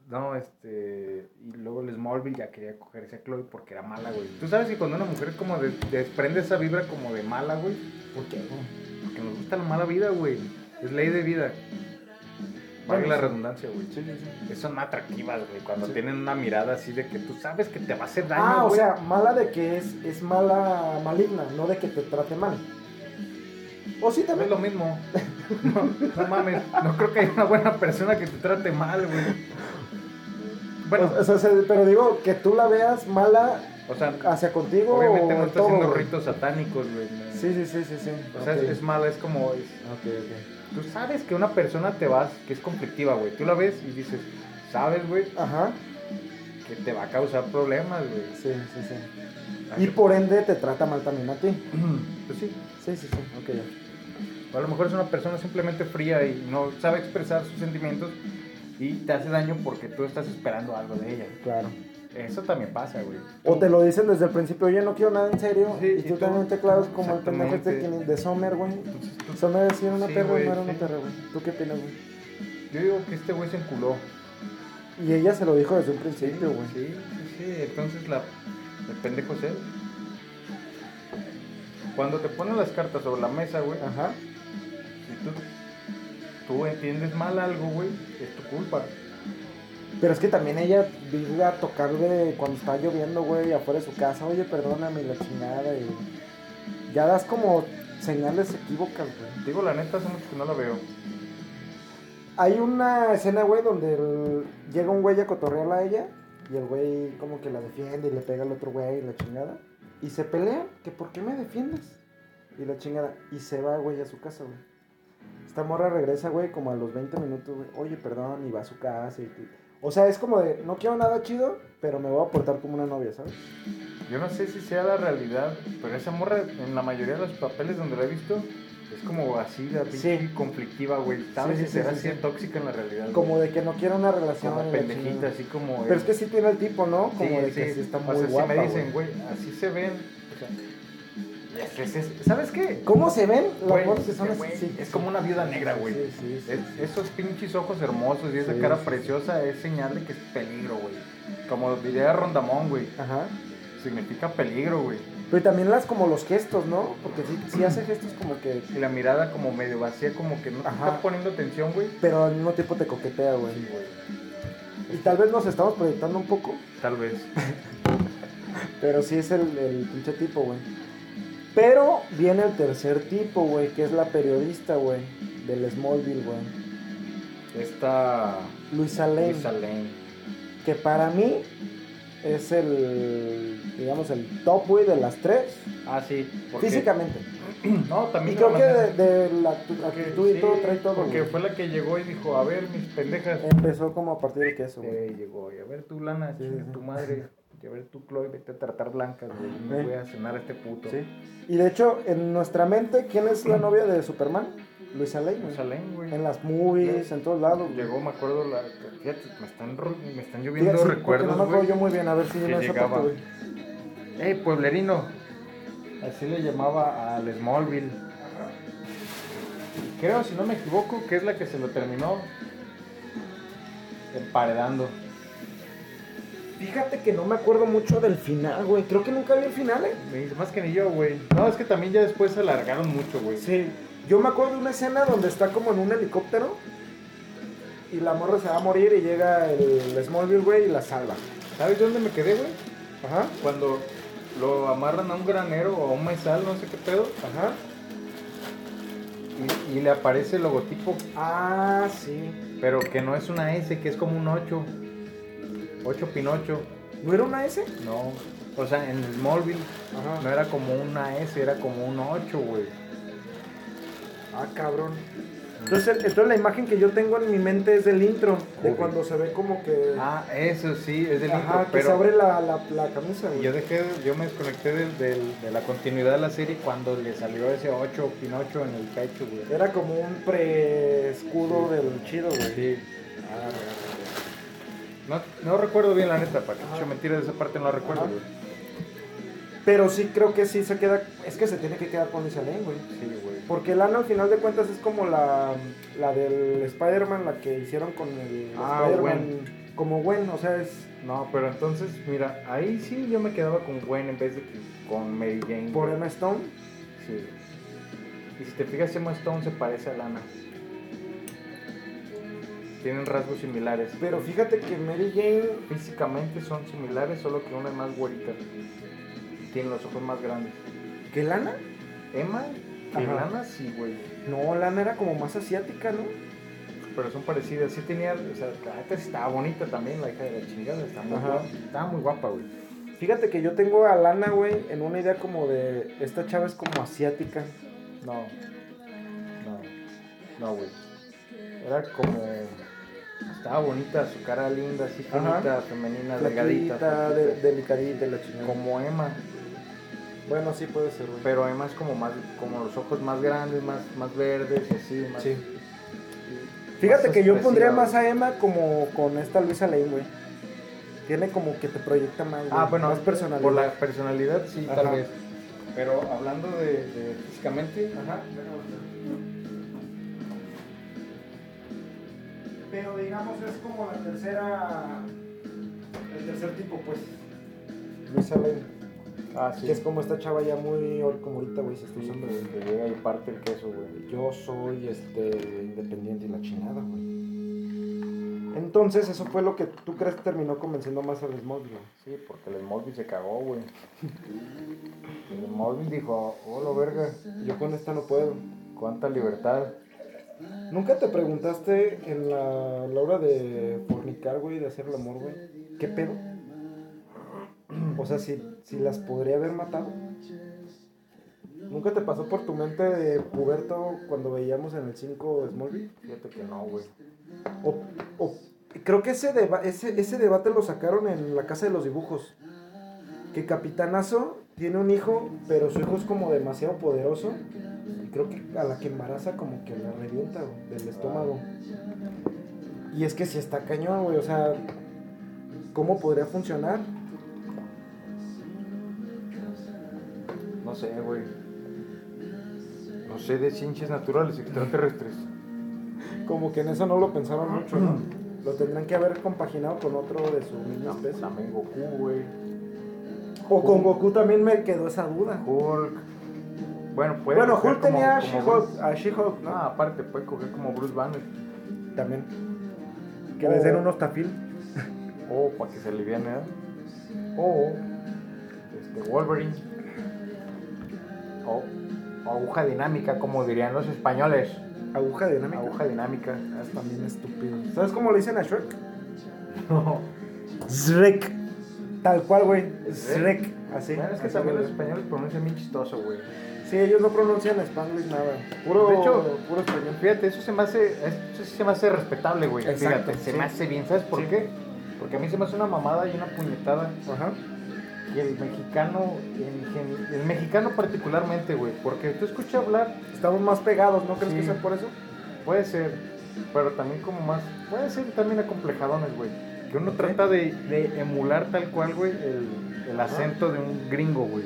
Speaker 2: No, este. Y luego el Smallville ya quería cogerse a Chloe porque era mala, güey. Tú sabes que cuando una mujer como de- desprende esa vibra como de mala, güey.
Speaker 1: ¿Por qué, güey?
Speaker 2: Porque nos gusta la mala vida, güey. Es ley de vida. Valga la redundancia, güey. Son atractivas, güey. Cuando
Speaker 1: Sí.
Speaker 2: tienen una mirada así de que tú sabes que te va a hacer daño.
Speaker 1: Ah, o
Speaker 2: güey.
Speaker 1: sea, mala de que es, es mala, maligna, no de que te trate mal. O sí
Speaker 2: No es
Speaker 1: también.
Speaker 2: lo mismo. No, no mames. No creo que haya una buena persona que te trate mal, güey. Bueno,
Speaker 1: O sea, se- pero digo, que tú la veas mala
Speaker 2: o sea,
Speaker 1: hacia contigo
Speaker 2: obviamente
Speaker 1: o
Speaker 2: no
Speaker 1: en
Speaker 2: está
Speaker 1: todo,
Speaker 2: haciendo
Speaker 1: güey.
Speaker 2: ritos satánicos, güey. no.
Speaker 1: Sí, sí, sí, sí, sí.
Speaker 2: O sea, es-
Speaker 1: Ok.
Speaker 2: es mala, es como. es-
Speaker 1: Ok, ok.
Speaker 2: tú sabes que una persona te vas, que es conflictiva, güey. Tú la ves y dices, sabes, güey,
Speaker 1: Ajá,
Speaker 2: que te va a causar problemas, güey.
Speaker 1: sí, sí, sí. Y por ende te trata mal también a ti.
Speaker 2: Pues sí.
Speaker 1: Sí, sí, sí, ok. ya.
Speaker 2: O a lo mejor es una persona simplemente fría y no sabe expresar sus sentimientos y te hace daño porque tú estás esperando algo de ella.
Speaker 1: Claro.
Speaker 2: Eso también pasa, güey.
Speaker 1: O te lo dicen desde el principio, oye, no quiero nada en serio.
Speaker 2: Sí,
Speaker 1: y tú
Speaker 2: y tú-
Speaker 1: también te clavas como el pendejo este
Speaker 2: Exactamente.
Speaker 1: que- de Sommer, güey.
Speaker 2: Entonces, tú-
Speaker 1: Sommer sí era una
Speaker 2: Sí,
Speaker 1: perra
Speaker 2: güey,
Speaker 1: no era una
Speaker 2: sí.
Speaker 1: perra, güey. ¿Tú qué opinas, güey?
Speaker 2: yo digo que este güey se enculó.
Speaker 1: Y ella se lo dijo desde un principio, güey.
Speaker 2: Sí, sí, sí. Entonces la, el pendejo es él. Cuando te ponen las cartas sobre la mesa, güey, ah,
Speaker 1: Ajá.
Speaker 2: si tú, tú entiendes mal algo, güey, es tu culpa.
Speaker 1: Pero es que también ella vino a tocar de cuando estaba lloviendo, güey, afuera de su casa. Oye, perdóname, y la chingada. Y ya das como señales equívocas, güey.
Speaker 2: Digo, la neta, hace mucho que no la veo.
Speaker 1: Hay una escena, güey, donde el- llega un güey a cotorrearla a ella y el güey como que la defiende y le pega al otro güey y la chingada. Y se pelean, que ¿por qué me defiendes? Y la chingada. Y se va, güey, a su casa, güey. Esta morra regresa, güey, como a los 20 minutos, güey. Oye, perdón, y va a su casa. Y t- O sea, es como de, no quiero nada chido, pero me voy a portar como una novia, ¿sabes?
Speaker 2: Yo no sé si sea la realidad, pero esa morra en la mayoría de los papeles donde la he visto es como así, la pinche
Speaker 1: Sí.
Speaker 2: conflictiva, güey. Sabes
Speaker 1: Sí,
Speaker 2: si
Speaker 1: sí,
Speaker 2: será
Speaker 1: sí, sí,
Speaker 2: así de
Speaker 1: sí.
Speaker 2: tóxica en la realidad.
Speaker 1: Como
Speaker 2: güey.
Speaker 1: de que no quiero una relación.
Speaker 2: Como
Speaker 1: y la
Speaker 2: pendejita,
Speaker 1: chingada.
Speaker 2: así como.
Speaker 1: Pero
Speaker 2: el-
Speaker 1: es que sí tiene el tipo, ¿no? Como
Speaker 2: Sí,
Speaker 1: de que
Speaker 2: sí.
Speaker 1: sí está
Speaker 2: o
Speaker 1: muy
Speaker 2: sea,
Speaker 1: guapa,
Speaker 2: si me dicen,
Speaker 1: güey.
Speaker 2: güey, así se ven. O sea, es- es- es- ¿sabes qué?
Speaker 1: ¿Cómo se ven?
Speaker 2: Güey,
Speaker 1: Las morras que son
Speaker 2: güey,
Speaker 1: así. sí.
Speaker 2: Es como una viuda negra, güey.
Speaker 1: Sí, sí, sí,
Speaker 2: Es-
Speaker 1: sí.
Speaker 2: esos pinches ojos hermosos y esa
Speaker 1: Sí,
Speaker 2: cara
Speaker 1: sí, sí.
Speaker 2: preciosa es señal de que es peligro, güey. Como diría Rondamón, güey.
Speaker 1: Ajá.
Speaker 2: Significa peligro, güey.
Speaker 1: Pero también las como los gestos, ¿no? Porque sí, sí hace gestos como que.
Speaker 2: Y la mirada como medio vacía, como que no te
Speaker 1: Ajá.
Speaker 2: está poniendo atención, güey.
Speaker 1: Pero al mismo tiempo te coquetea, güey.
Speaker 2: Sí, güey.
Speaker 1: Y tal vez nos estamos proyectando un poco.
Speaker 2: Tal vez.
Speaker 1: Pero sí es el, el pinche tipo, güey. Pero viene el tercer tipo, güey, que es la periodista, güey. Del Smallville, güey.
Speaker 2: Esta.
Speaker 1: Luisa Lane.
Speaker 2: Luisa Lane.
Speaker 1: Que para mí es el. Digamos, el top, güey, de las tres.
Speaker 2: Ah, sí. porque-
Speaker 1: Físicamente.
Speaker 2: No,
Speaker 1: Y
Speaker 2: también.
Speaker 1: creo
Speaker 2: la
Speaker 1: que
Speaker 2: manera-
Speaker 1: de, de la actu-
Speaker 2: porque-
Speaker 1: actitud y
Speaker 2: sí,
Speaker 1: todo trae todo.
Speaker 2: Porque
Speaker 1: güey.
Speaker 2: fue la que llegó y dijo: A ver, mis pendejas.
Speaker 1: Empezó como a partir de queso, güey.
Speaker 2: Eh, llegó, y a ver tu lana,
Speaker 1: Sí,
Speaker 2: chinga
Speaker 1: sí.
Speaker 2: tu madre, y a ver tu Chloe, vete a tratar blancas, güey,
Speaker 1: Eh.
Speaker 2: me voy a cenar a este puto.
Speaker 1: Sí. Y de hecho, en nuestra mente, ¿quién es la novia de Superman? Luisa Lane.
Speaker 2: No
Speaker 1: güey.
Speaker 2: salen, güey.
Speaker 1: En las movies, en todos lados. güey.
Speaker 2: Llegó, me acuerdo, la... fíjate, me están, ro- me están lloviendo
Speaker 1: Fíjate, sí, porque
Speaker 2: recuerdos,
Speaker 1: No me acuerdo
Speaker 2: güey.
Speaker 1: yo muy bien, a ver si no
Speaker 2: que
Speaker 1: esa
Speaker 2: llegaba.
Speaker 1: parte, güey.
Speaker 2: Ey, pueblerino, así le llamaba al Smallville. Y Creo, si no me equivoco, que es la que se lo terminó emparedando.
Speaker 1: Fíjate que no me acuerdo mucho del final, güey. Creo que nunca vi el final, eh.
Speaker 2: Me dice, más que ni yo, güey. No, es que también ya después se alargaron mucho, güey.
Speaker 1: Sí. Yo me acuerdo de una escena donde está como en un helicóptero. Y la morra se va a morir y llega el Smallville, güey, y la salva.
Speaker 2: ¿Sabes dónde me quedé, güey?
Speaker 1: Ajá,
Speaker 2: cuando lo amarran a un granero o a un maizal, no sé qué pedo,
Speaker 1: ajá.
Speaker 2: y, y le aparece el logotipo,
Speaker 1: Ah, sí.
Speaker 2: pero que no es una S, que es como un 8. 8 Pinocho,
Speaker 1: ¿No era una S?
Speaker 2: no. O sea, en Smallville
Speaker 1: Ajá.
Speaker 2: no era como una S, era como un 8, güey.
Speaker 1: Ah, cabrón. Entonces, el- entonces la imagen que yo tengo en mi mente es del intro, de
Speaker 2: Ujú.
Speaker 1: cuando se ve como que,
Speaker 2: Ah, eso sí, es del
Speaker 1: Ajá,
Speaker 2: intro,
Speaker 1: que se
Speaker 2: pero
Speaker 1: abre la, la- la camisa, güey.
Speaker 2: yo dejé, yo me desconecté del- del- de la continuidad de la serie cuando le salió ese 8 Pinocho en el pecho, güey.
Speaker 1: Era como un pre-escudo del chido, güey.
Speaker 2: Sí.
Speaker 1: Ah, güey.
Speaker 2: No, no recuerdo bien la neta, para que
Speaker 1: Ajá.
Speaker 2: yo mentira de esa parte no la recuerdo,
Speaker 1: Ajá.
Speaker 2: güey.
Speaker 1: Pero sí creo que sí se queda, es que se tiene que quedar con Lisa Lane, güey.
Speaker 2: Sí, güey.
Speaker 1: Porque Lana al final de cuentas es como la, la del Spider-Man, la que hicieron con el
Speaker 2: Ah,
Speaker 1: Spider-Man. Como Gwen, o sea, es...
Speaker 2: No, pero entonces, mira, ahí sí yo me quedaba con Gwen en vez de que con Mary Jane.
Speaker 1: Por
Speaker 2: güey.
Speaker 1: Emma Stone.
Speaker 2: Sí. Y si te fijas, Emma Stone se parece a Lana. Tienen rasgos similares.
Speaker 1: Pero fíjate que Mary Jane...
Speaker 2: Físicamente son similares, solo que una es más güerita. Tiene los ojos más grandes.
Speaker 1: ¿Qué Lana?
Speaker 2: Emma y
Speaker 1: Ajá.
Speaker 2: Lana sí, güey.
Speaker 1: No, Lana era como más asiática, ¿no?
Speaker 2: Pero son parecidas. Sí tenía, o sea, la neta sí estaba bonita también, la hija de la chingada. Estaba muy,
Speaker 1: Ajá.
Speaker 2: guapa, estaba muy guapa, güey.
Speaker 1: Fíjate que yo tengo a Lana, güey, en una idea como de. Esta chava es como asiática.
Speaker 2: No. No. No, güey. Era como. Estaba bonita, su cara linda, así
Speaker 1: Ajá.
Speaker 2: bonita, femenina, delgadita.
Speaker 1: Delgadita, de- delicadita, y la chingada.
Speaker 2: Como Emma.
Speaker 1: Bueno, sí puede ser, güey.
Speaker 2: Pero Emma es como más, como los ojos más grandes, más, más verdes, así, más.
Speaker 1: Sí. Fíjate que yo pondría más
Speaker 2: ahí
Speaker 1: a Emma como con esta Luisa Lane, güey. Tiene como que te proyecta más.
Speaker 2: Ah,
Speaker 1: güey,
Speaker 2: bueno,
Speaker 1: más personalidad.
Speaker 2: por la personalidad sí,
Speaker 1: Ajá.
Speaker 2: tal vez. Pero hablando de, de físicamente,
Speaker 3: Ajá. Pero digamos es como la tercera. El tercer tipo, pues.
Speaker 1: Luis Allen,
Speaker 2: ah,
Speaker 1: que es como esta chava ya muy or- como ahorita, güey, se está usando. güey.
Speaker 2: que llega y parte el queso, güey.
Speaker 1: Yo soy este independiente y la chingada, güey. Entonces, eso fue lo que tú crees que terminó convenciendo más al Smog, güey.
Speaker 2: Sí, porque el Smallville se cagó, güey. El Smallville dijo, hola, verga,
Speaker 1: Yo con esta no puedo.
Speaker 2: cuánta libertad.
Speaker 1: ¿Nunca te preguntaste en la, la hora de fornicar, güey, de hacer el amor, güey? ¿Qué pedo? O sea, si, si las podría haber matado. ¿Nunca te pasó por tu mente de puberto cuando veíamos en el 5 Smallville?
Speaker 2: Fíjate que no, güey.
Speaker 1: O, o- creo que ese, deba- ese, ese debate lo sacaron en la Casa de los Dibujos. Que Capitanazo tiene un hijo, pero su hijo es como demasiado poderoso. Y creo que a la que embaraza como que la revienta güey, del estómago. Y es que si está cañón, güey. O sea, ¿cómo podría funcionar?
Speaker 2: No sé, güey. No sé de ciencias naturales extraterrestres.
Speaker 1: Como que en eso no lo pensaron mucho, ¿no? Lo tendrán que haber compaginado con otro de su misma especie.
Speaker 2: También Goku, güey.
Speaker 1: O con Goku también me quedó esa duda.
Speaker 2: Hulk. Bueno, puede
Speaker 1: Bueno,
Speaker 2: coger
Speaker 1: Hulk tenía a
Speaker 2: como- como
Speaker 1: She-Hulk,
Speaker 2: Bruce-
Speaker 1: a She-Hulk,
Speaker 2: No,
Speaker 1: ¿no?
Speaker 2: aparte, puede coger como Bruce Banner.
Speaker 1: También.
Speaker 2: Que les den
Speaker 1: unos tafil.
Speaker 2: O para que se aliviane, ¿eh? O este, Wolverine. O aguja dinámica, como dirían los españoles.
Speaker 1: Aguja dinámica.
Speaker 2: Aguja dinámica.
Speaker 1: Es también estúpido. ¿Sabes cómo le dicen a Shrek?
Speaker 2: No.
Speaker 1: Shrek. Tal cual, güey.
Speaker 2: Shrek.
Speaker 1: Shrek. Así.
Speaker 2: es que
Speaker 1: así
Speaker 2: también
Speaker 1: lo
Speaker 2: los españoles pronuncian bien chistoso, güey.
Speaker 1: dicen. Sí, ellos no pronuncian spanglish nada. Puro,
Speaker 2: De hecho,
Speaker 1: puro español.
Speaker 2: Fíjate, eso se me hace, eso sí se me hace respetable, güey.
Speaker 1: Exacto,
Speaker 2: Fíjate, se
Speaker 1: sí.
Speaker 2: me hace bien. ¿Sabes por
Speaker 1: Sí.
Speaker 2: qué? Porque a mí se me hace una mamada y una puñetada.
Speaker 1: Ajá.
Speaker 2: Y el mexicano, en gen- el mexicano particularmente, güey. Porque tú escuchas hablar,
Speaker 1: Estamos más pegados, ¿no crees
Speaker 2: Sí.
Speaker 1: que sea por eso?
Speaker 2: puede ser, pero también como más, puede ser también acomplejadones, güey. Que uno
Speaker 1: Ok.
Speaker 2: trata de, de emular tal cual, güey, el, el acento de un gringo, güey.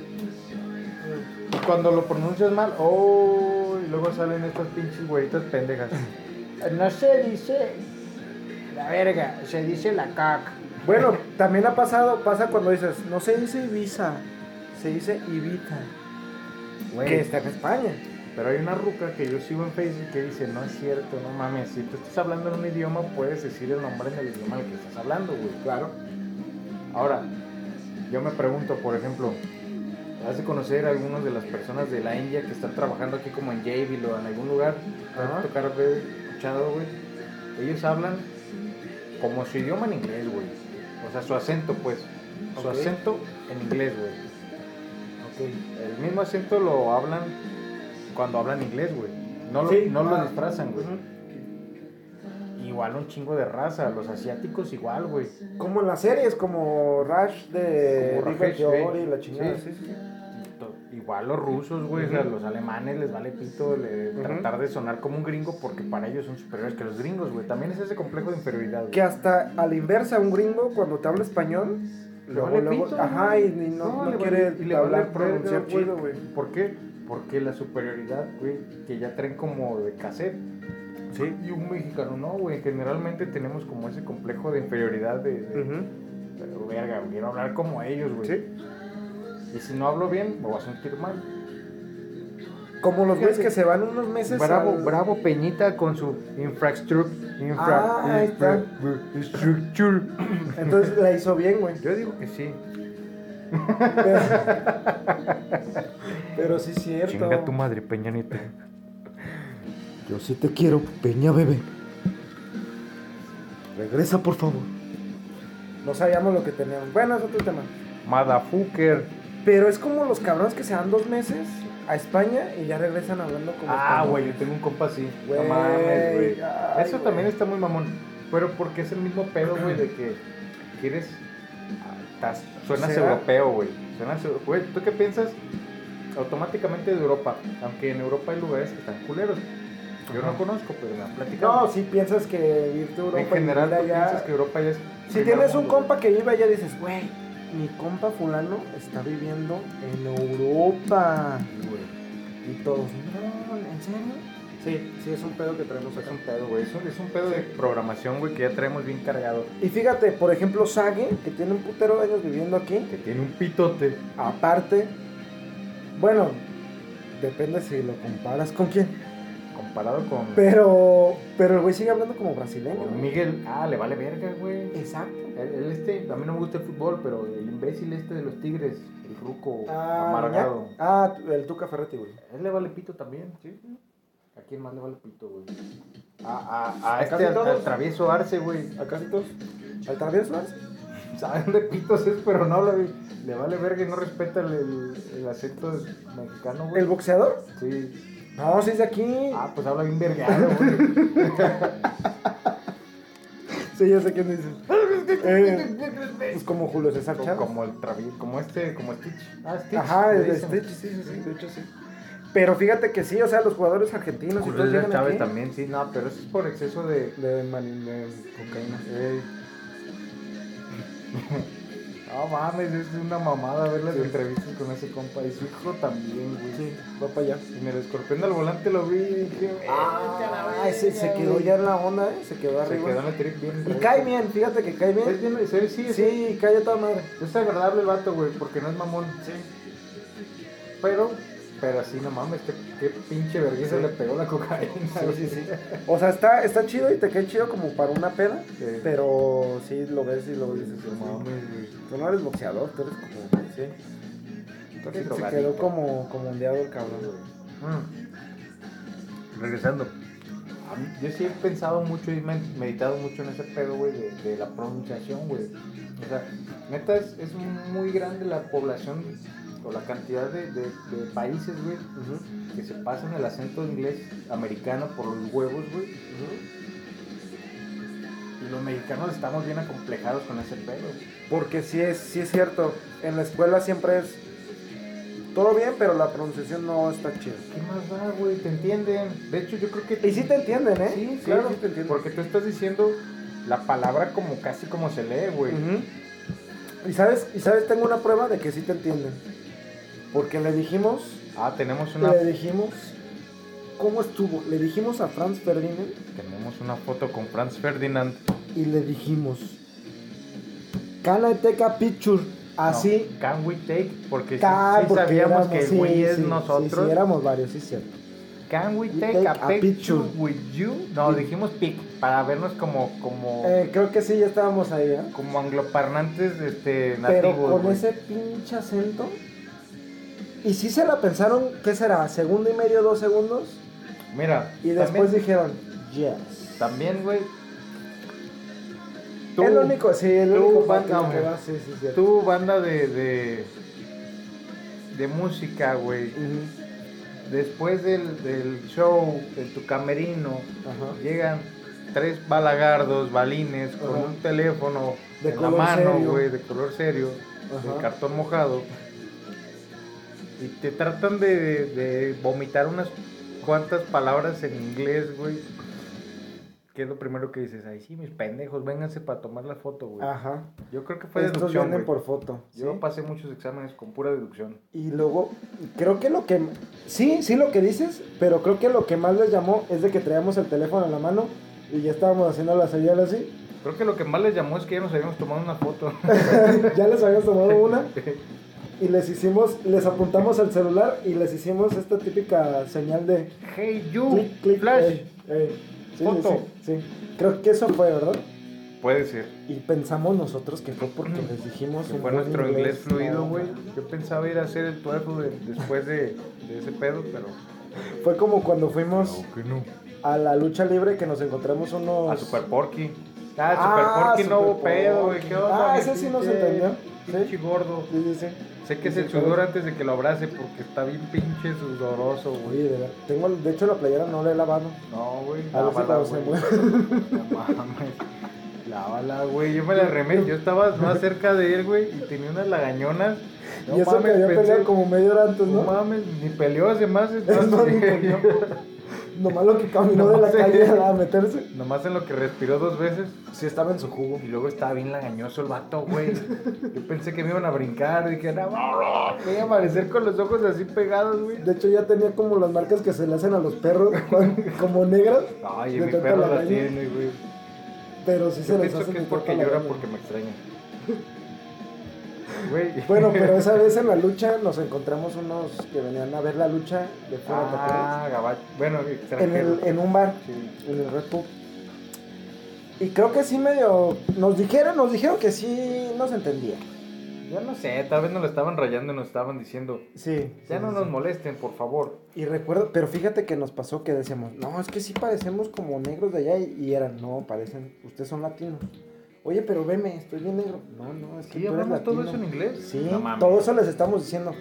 Speaker 2: Y cuando lo pronuncias mal, oh, y luego salen estas pinches güeritas pendejas. No se dice la verga, se dice la caca.
Speaker 1: Bueno, también ha pasado, pasa cuando dices, no se dice Ibiza, se dice Ibiza. Que está en España.
Speaker 2: Pero hay una ruca que yo sigo en Facebook que dice, no es cierto, no mames, si tú estás hablando en un idioma, puedes decir el nombre en el idioma al que estás hablando, güey.
Speaker 1: Claro.
Speaker 2: Ahora, yo me pregunto, por ejemplo, has de conocer a algunas de las personas de la India que están trabajando aquí como en Jabil o en algún lugar,
Speaker 1: Ajá.
Speaker 2: has de tocar haber escuchado, güey. Ellos hablan como su idioma en inglés, güey. O sea, su acento, pues. Su
Speaker 1: Ok.
Speaker 2: acento en inglés, güey.
Speaker 1: Ok.
Speaker 2: El mismo acento lo hablan cuando hablan inglés, güey. No lo,
Speaker 1: Sí.
Speaker 2: no lo
Speaker 1: Ah.
Speaker 2: disfrazan, güey.
Speaker 1: Ujú.
Speaker 2: Igual un chingo de raza, los asiáticos igual, güey.
Speaker 1: Como en las series, como Rush de
Speaker 2: Como
Speaker 1: Big Bang
Speaker 2: Rush, güey.
Speaker 1: Theory, la chingada.
Speaker 2: Sí.
Speaker 1: sí, sí.
Speaker 2: To- Igual los rusos, güey, o sea, los alemanes les vale pito le-
Speaker 1: Ujú.
Speaker 2: tratar de sonar como un gringo porque para ellos son superiores que los gringos, güey. También es ese complejo de inferioridad, güey.
Speaker 1: que hasta a la inversa un gringo cuando te habla español
Speaker 2: Le
Speaker 1: luego,
Speaker 2: vale
Speaker 1: luego-
Speaker 2: pito,
Speaker 1: ajá
Speaker 2: güey.
Speaker 1: y, y no, no
Speaker 2: le vale-
Speaker 1: quiere
Speaker 2: y le vale
Speaker 1: hablar pronunciar
Speaker 2: verga,
Speaker 1: chido güey
Speaker 2: ¿Por qué? Porque la superioridad, güey, que ya traen como de cassette.
Speaker 1: sí
Speaker 2: Y un mexicano no, güey. Generalmente tenemos como ese complejo de inferioridad de, de- Pero, verga, güey, quiero hablar como ellos, güey.
Speaker 1: Sí.
Speaker 2: Y si no hablo bien, me voy a sentir mal.
Speaker 1: como los güeyes que
Speaker 2: Fíjate.
Speaker 1: se van unos meses
Speaker 2: Bravo,
Speaker 1: al-
Speaker 2: bravo Peñita con su infraestructura.
Speaker 1: Ah, ahí está. entonces la hizo bien güey
Speaker 2: Yo digo que sí.
Speaker 1: pero, pero sí es cierto
Speaker 2: Chinga tu madre, Peña Nieto.
Speaker 1: yo sí te quiero peña bebé regresa por favor no sabíamos lo que teníamos bueno es otro tema
Speaker 2: Madafucker.
Speaker 1: pero es como los cabrones que se van dos meses a España y ya regresan hablando como
Speaker 2: Ah,
Speaker 1: español.
Speaker 2: güey, yo tengo un compa así.
Speaker 1: Güey,
Speaker 2: No mames, güey.
Speaker 1: ay,
Speaker 2: Eso
Speaker 1: güey.
Speaker 2: también está muy mamón. Pero porque es el mismo pedo, güey, de que quieres. ah, estás- suenas
Speaker 1: ¿Será?
Speaker 2: europeo, güey. Suenas eu- Güey, ¿tú qué piensas? Automáticamente de Europa. Aunque en Europa hay lugares que están culeros. Yo no conozco, pero me han platicado.
Speaker 1: No, si piensas que irte a Europa
Speaker 2: en
Speaker 1: y
Speaker 2: general,
Speaker 1: vivir
Speaker 2: tú
Speaker 1: allá-
Speaker 2: piensas que Europa ya es.
Speaker 1: Si
Speaker 2: primer
Speaker 1: tienes un
Speaker 2: mundo.
Speaker 1: compa que vive allá, dices, güey, mi compa fulano está viviendo en Europa.
Speaker 2: Güey,
Speaker 1: Y todos, no, ¿en serio? Sí, sí, es un pedo que traemos
Speaker 2: Es
Speaker 1: acá.
Speaker 2: un pedo, güey. Es un, es un pedo de programación, güey, que ya traemos bien cargado.
Speaker 1: Y fíjate, por ejemplo, Sage, que tiene un putero de años viviendo aquí,
Speaker 2: Que tiene un pitote.
Speaker 1: aparte, bueno, depende si lo comparas con quién,
Speaker 2: Comparado con,
Speaker 1: pero, pero el güey sigue hablando como brasileño.
Speaker 2: con Miguel. Ah, le vale verga, güey.
Speaker 1: Exacto.
Speaker 2: El, el este, a mí no me gusta el fútbol, pero el imbécil este de los Tigres, el ruco
Speaker 1: Ah,
Speaker 2: amargado.
Speaker 1: ya- ah, el Tuca Ferretti, güey.
Speaker 2: A él le vale pito también, ¿sí? ¿A quién más le vale pito, güey? A, a, a
Speaker 1: ¿A
Speaker 2: este,
Speaker 1: casi
Speaker 2: al,
Speaker 1: todos?
Speaker 2: al travieso Arce, güey.
Speaker 1: ¿Al Carlitos? ¿Al Travieso Arce?
Speaker 2: Saben de pitos es, pero no habla, güey. Le vale verga y no respeta el, el- el acento mexicano, güey.
Speaker 1: ¿El boxeador?
Speaker 2: Sí.
Speaker 1: No, si es de aquí.
Speaker 2: Ah, pues habla bien vergado, güey.
Speaker 1: Sí, ya sé quién dice. Eh, pues como Julio César
Speaker 2: Como-
Speaker 1: Chávez.
Speaker 2: como el travieso, como este, como Stitch. Ah, Stitch.
Speaker 1: Ajá,
Speaker 2: le
Speaker 1: el de
Speaker 2: dicen.
Speaker 1: Stitch, sí, sí, sí, de hecho sí. Pero fíjate que sí, o sea, los jugadores argentinos y
Speaker 2: Julio
Speaker 1: todos llegan
Speaker 2: Chávez
Speaker 1: aquí
Speaker 2: también, ¿eh? sí, no, pero eso es por exceso de.
Speaker 1: de, mani- de cocaína.
Speaker 2: Eh. No mames, es una mamada ver las
Speaker 1: Sí.
Speaker 2: entrevistas con ese compa y su hijo también, güey.
Speaker 1: Sí, va para allá.
Speaker 2: Y me el escorpión al volante lo vi y dije,
Speaker 1: Ah,
Speaker 2: "Verga,
Speaker 1: ese se quedó
Speaker 2: güey".
Speaker 1: ya en la onda, ¿eh? Se quedó
Speaker 2: Eh, Se
Speaker 1: arriba.
Speaker 2: quedó en el trip bien.
Speaker 1: Y
Speaker 2: recto.
Speaker 1: cae bien, fíjate que cae
Speaker 2: Es
Speaker 1: bien.
Speaker 2: bien, sí, sí, sí.
Speaker 1: Sí, cae a toda madre.
Speaker 2: Es agradable el vato, güey, porque no es mamón. Sí. Pero, pero sí, no mames, qué, qué pinche vergüenza
Speaker 1: Sí.
Speaker 2: le pegó la cocaína.
Speaker 1: Sí, sí,
Speaker 2: güey. Eh,
Speaker 1: sí. O sea, está, está chido y te cae chido como para una peda,
Speaker 2: Sí.
Speaker 1: pero sí lo ves y lo dices,
Speaker 2: No
Speaker 1: "Sí".
Speaker 2: mames, güey.
Speaker 1: Tú no eres boxeador, tú eres como... Sí.
Speaker 2: Entonces,
Speaker 1: Se
Speaker 2: drogadicto.
Speaker 1: quedó como, como ondeado el cabrón.
Speaker 2: Mm. Regresando. A mí- Yo sí he pensado mucho y me- meditado mucho en ese pedo, güey, de, de la pronunciación, güey. O sea, neta es, es muy grande la población o la cantidad de, de- de países, güey,
Speaker 1: Ujú,
Speaker 2: que se pasan el acento inglés americano por los huevos, güey.
Speaker 1: ujú.
Speaker 2: Y los mexicanos estamos bien acomplejados con ese pedo.
Speaker 1: Porque sí es, sí es cierto, en la escuela siempre es todo bien, pero la pronunciación no está chida.
Speaker 2: ¿Qué más da, güey? ¿Te entienden? De hecho, yo creo que...
Speaker 1: Y sí te entienden, ¿eh?
Speaker 2: Sí, sí,
Speaker 1: claro,
Speaker 2: sí,
Speaker 1: te entienden.
Speaker 2: Porque tú estás diciendo la palabra como casi como se lee, güey.
Speaker 1: Ujú. Y sabes, y sabes, tengo una prueba de que sí te entienden. Porque le dijimos,
Speaker 2: Ah, tenemos una,
Speaker 1: le dijimos, ¿cómo estuvo? Le dijimos a Franz Ferdinand
Speaker 2: tenemos una foto con Franz Ferdinand.
Speaker 1: y le dijimos, Can I take a picture? Así,
Speaker 2: No, can we take? Porque sí-
Speaker 1: Ah,
Speaker 2: sí,
Speaker 1: porque
Speaker 2: sabíamos
Speaker 1: éramos-
Speaker 2: que
Speaker 1: sí,
Speaker 2: we es
Speaker 1: sí, Sí,
Speaker 2: nosotros.
Speaker 1: sí, éramos varios, sí, es cierto.
Speaker 2: Can we
Speaker 1: We
Speaker 2: take, a, picture, with you? No,
Speaker 1: Sí.
Speaker 2: dijimos pic para vernos como como
Speaker 1: Eh, creo que sí, ya estábamos ahí, ¿eh?
Speaker 2: como angloparlantes este
Speaker 1: Pero
Speaker 2: nativos.
Speaker 1: con
Speaker 2: güey.
Speaker 1: ese pinche acento. Y sí se la pensaron, ¿qué será? ¿Segundo y medio, dos segundos?
Speaker 2: Mira,
Speaker 1: Y después dijeron, yes.
Speaker 2: también güey
Speaker 1: el único, sí, el
Speaker 2: tú,
Speaker 1: único
Speaker 2: Van
Speaker 1: fan que me
Speaker 2: Gogh.
Speaker 1: va, sí, sí, es cierto.
Speaker 2: tu banda de de, de música, güey.
Speaker 1: Ujú,
Speaker 2: Después del, del show, de tu camerino,
Speaker 1: ajá.
Speaker 2: Llegan tres balagardos, balines, con
Speaker 1: Ajá.
Speaker 2: un teléfono
Speaker 1: De
Speaker 2: en la
Speaker 1: color
Speaker 2: mano,
Speaker 1: serio.
Speaker 2: güey, de color serio,
Speaker 1: Ajá.
Speaker 2: de cartón mojado. Y te tratan de, de vomitar unas cuantas palabras en inglés, güey. ¿Qué es lo primero que dices? Ay, sí, mis pendejos, vénganse para tomar la foto, güey.
Speaker 1: Ajá.
Speaker 2: Yo creo que fue
Speaker 1: Ah, Estos
Speaker 2: deducción,
Speaker 1: vienen
Speaker 2: güey.
Speaker 1: por foto.
Speaker 2: Yo
Speaker 1: ¿sí?
Speaker 2: pasé muchos exámenes con pura deducción.
Speaker 1: Y luego, creo que lo que. Sí, sí, lo que dices, pero creo que lo que más les llamó es de que traíamos el teléfono en la mano y ya estábamos haciendo la señal así.
Speaker 2: Creo que lo que más les llamó es que ya nos habíamos tomado una foto.
Speaker 1: ya les habíamos tomado una y les hicimos, les apuntamos al celular y les hicimos esta típica señal de
Speaker 2: hey, you,
Speaker 1: clic, clic,
Speaker 2: Uh, flash.
Speaker 1: ey, ey. Sí, sí,
Speaker 2: Foto.
Speaker 1: Sí, sí. Creo que eso fue, ¿verdad?
Speaker 2: Puede ser.
Speaker 1: Y pensamos nosotros que fue porque les dijimos.
Speaker 2: Que
Speaker 1: en
Speaker 2: fue
Speaker 1: buen
Speaker 2: nuestro inglés
Speaker 1: Pues no,
Speaker 2: fluido, güey.
Speaker 1: no.
Speaker 2: Yo pensaba ir a hacer el tuerto de- después de, de ese pedo, pero.
Speaker 1: Fue como cuando fuimos
Speaker 2: que no.
Speaker 1: a la lucha libre que nos encontramos unos.
Speaker 2: A Super Porky. Ah, Super Porky no
Speaker 1: pues, Super
Speaker 2: hubo pedo, güey.
Speaker 1: Porky.
Speaker 2: ¿Qué onda?
Speaker 1: Ah,
Speaker 2: mi
Speaker 1: ese sí nos
Speaker 2: pinche-
Speaker 1: entendió.
Speaker 2: Pinche
Speaker 1: Sí.
Speaker 2: gordo.
Speaker 1: Sí, sí, sí.
Speaker 2: Sé que es
Speaker 1: Sí,
Speaker 2: el
Speaker 1: sí,
Speaker 2: sudor
Speaker 1: claro.
Speaker 2: antes de que lo abrace porque está bien pinche sudoroso,
Speaker 1: Oye,
Speaker 2: güey.
Speaker 1: de verdad. Tengo, de hecho, la playera no la he lavado.
Speaker 2: No, güey.
Speaker 1: A ver si
Speaker 2: Lávala,
Speaker 1: cuando se
Speaker 2: güey.
Speaker 1: muera.
Speaker 2: No mames. Lávala, güey. Yo me la remé. Yo estaba más cerca de él, güey, y tenía unas lagañonas. No
Speaker 1: y eso que
Speaker 2: mames,
Speaker 1: había
Speaker 2: pensé-
Speaker 1: peleado como media hora antes,
Speaker 2: No
Speaker 1: ¿no?
Speaker 2: mames, ni peleó hace más.
Speaker 1: Es más, ni
Speaker 2: entonces-
Speaker 1: peleó. Nomás lo que caminó de la
Speaker 2: Nomás, sí.
Speaker 1: calle a meterse.
Speaker 2: Nomás en lo que respiró dos veces.
Speaker 1: Sí, estaba en su jugo.
Speaker 2: Y luego estaba bien lagañoso el vato, güey. Yo pensé que me iban a brincar. Dije, no, me iba a aparecer con los ojos así pegados, güey.
Speaker 1: De hecho, ya tenía como las marcas que se le hacen a los perros, cuando- como negras.
Speaker 2: Ay,
Speaker 1: de
Speaker 2: mi
Speaker 1: tanta
Speaker 2: perro la
Speaker 1: lagaña.
Speaker 2: tiene, güey.
Speaker 1: Pero sí se
Speaker 2: Yo
Speaker 1: les
Speaker 2: pienso
Speaker 1: hace
Speaker 2: que
Speaker 1: de
Speaker 2: es porque
Speaker 1: tanta
Speaker 2: llora
Speaker 1: lagaña.
Speaker 2: porque me extraña. Güey.
Speaker 1: Bueno, pero esa vez en la lucha nos encontramos unos que venían a ver la lucha de fuera ¿te acuerdas?
Speaker 2: Ah, gabacho. Bueno,
Speaker 1: en, el,
Speaker 2: extranjero.
Speaker 1: en un bar,
Speaker 2: Sí.
Speaker 1: en el Red Pub. Y creo que sí medio. Nos dijeron, nos dijeron que sí nos entendía.
Speaker 2: Yo no sé, tal vez nos lo estaban rayando y nos estaban diciendo.
Speaker 1: Sí.
Speaker 2: Ya
Speaker 1: sí,
Speaker 2: no
Speaker 1: sí,
Speaker 2: nos
Speaker 1: sí.
Speaker 2: molesten, por favor.
Speaker 1: Y recuerdo, pero fíjate que nos pasó que decíamos, no, es que sí parecemos como negros de allá y, y eran, no, parecen, ustedes son latinos. Oye, pero veme, estoy bien negro. No, no, es que
Speaker 2: Sí,
Speaker 1: tú eres
Speaker 2: hablamos todo eso en
Speaker 1: latino.
Speaker 2: inglés.
Speaker 1: Sí,
Speaker 2: No mames.
Speaker 1: todo eso les estamos diciendo.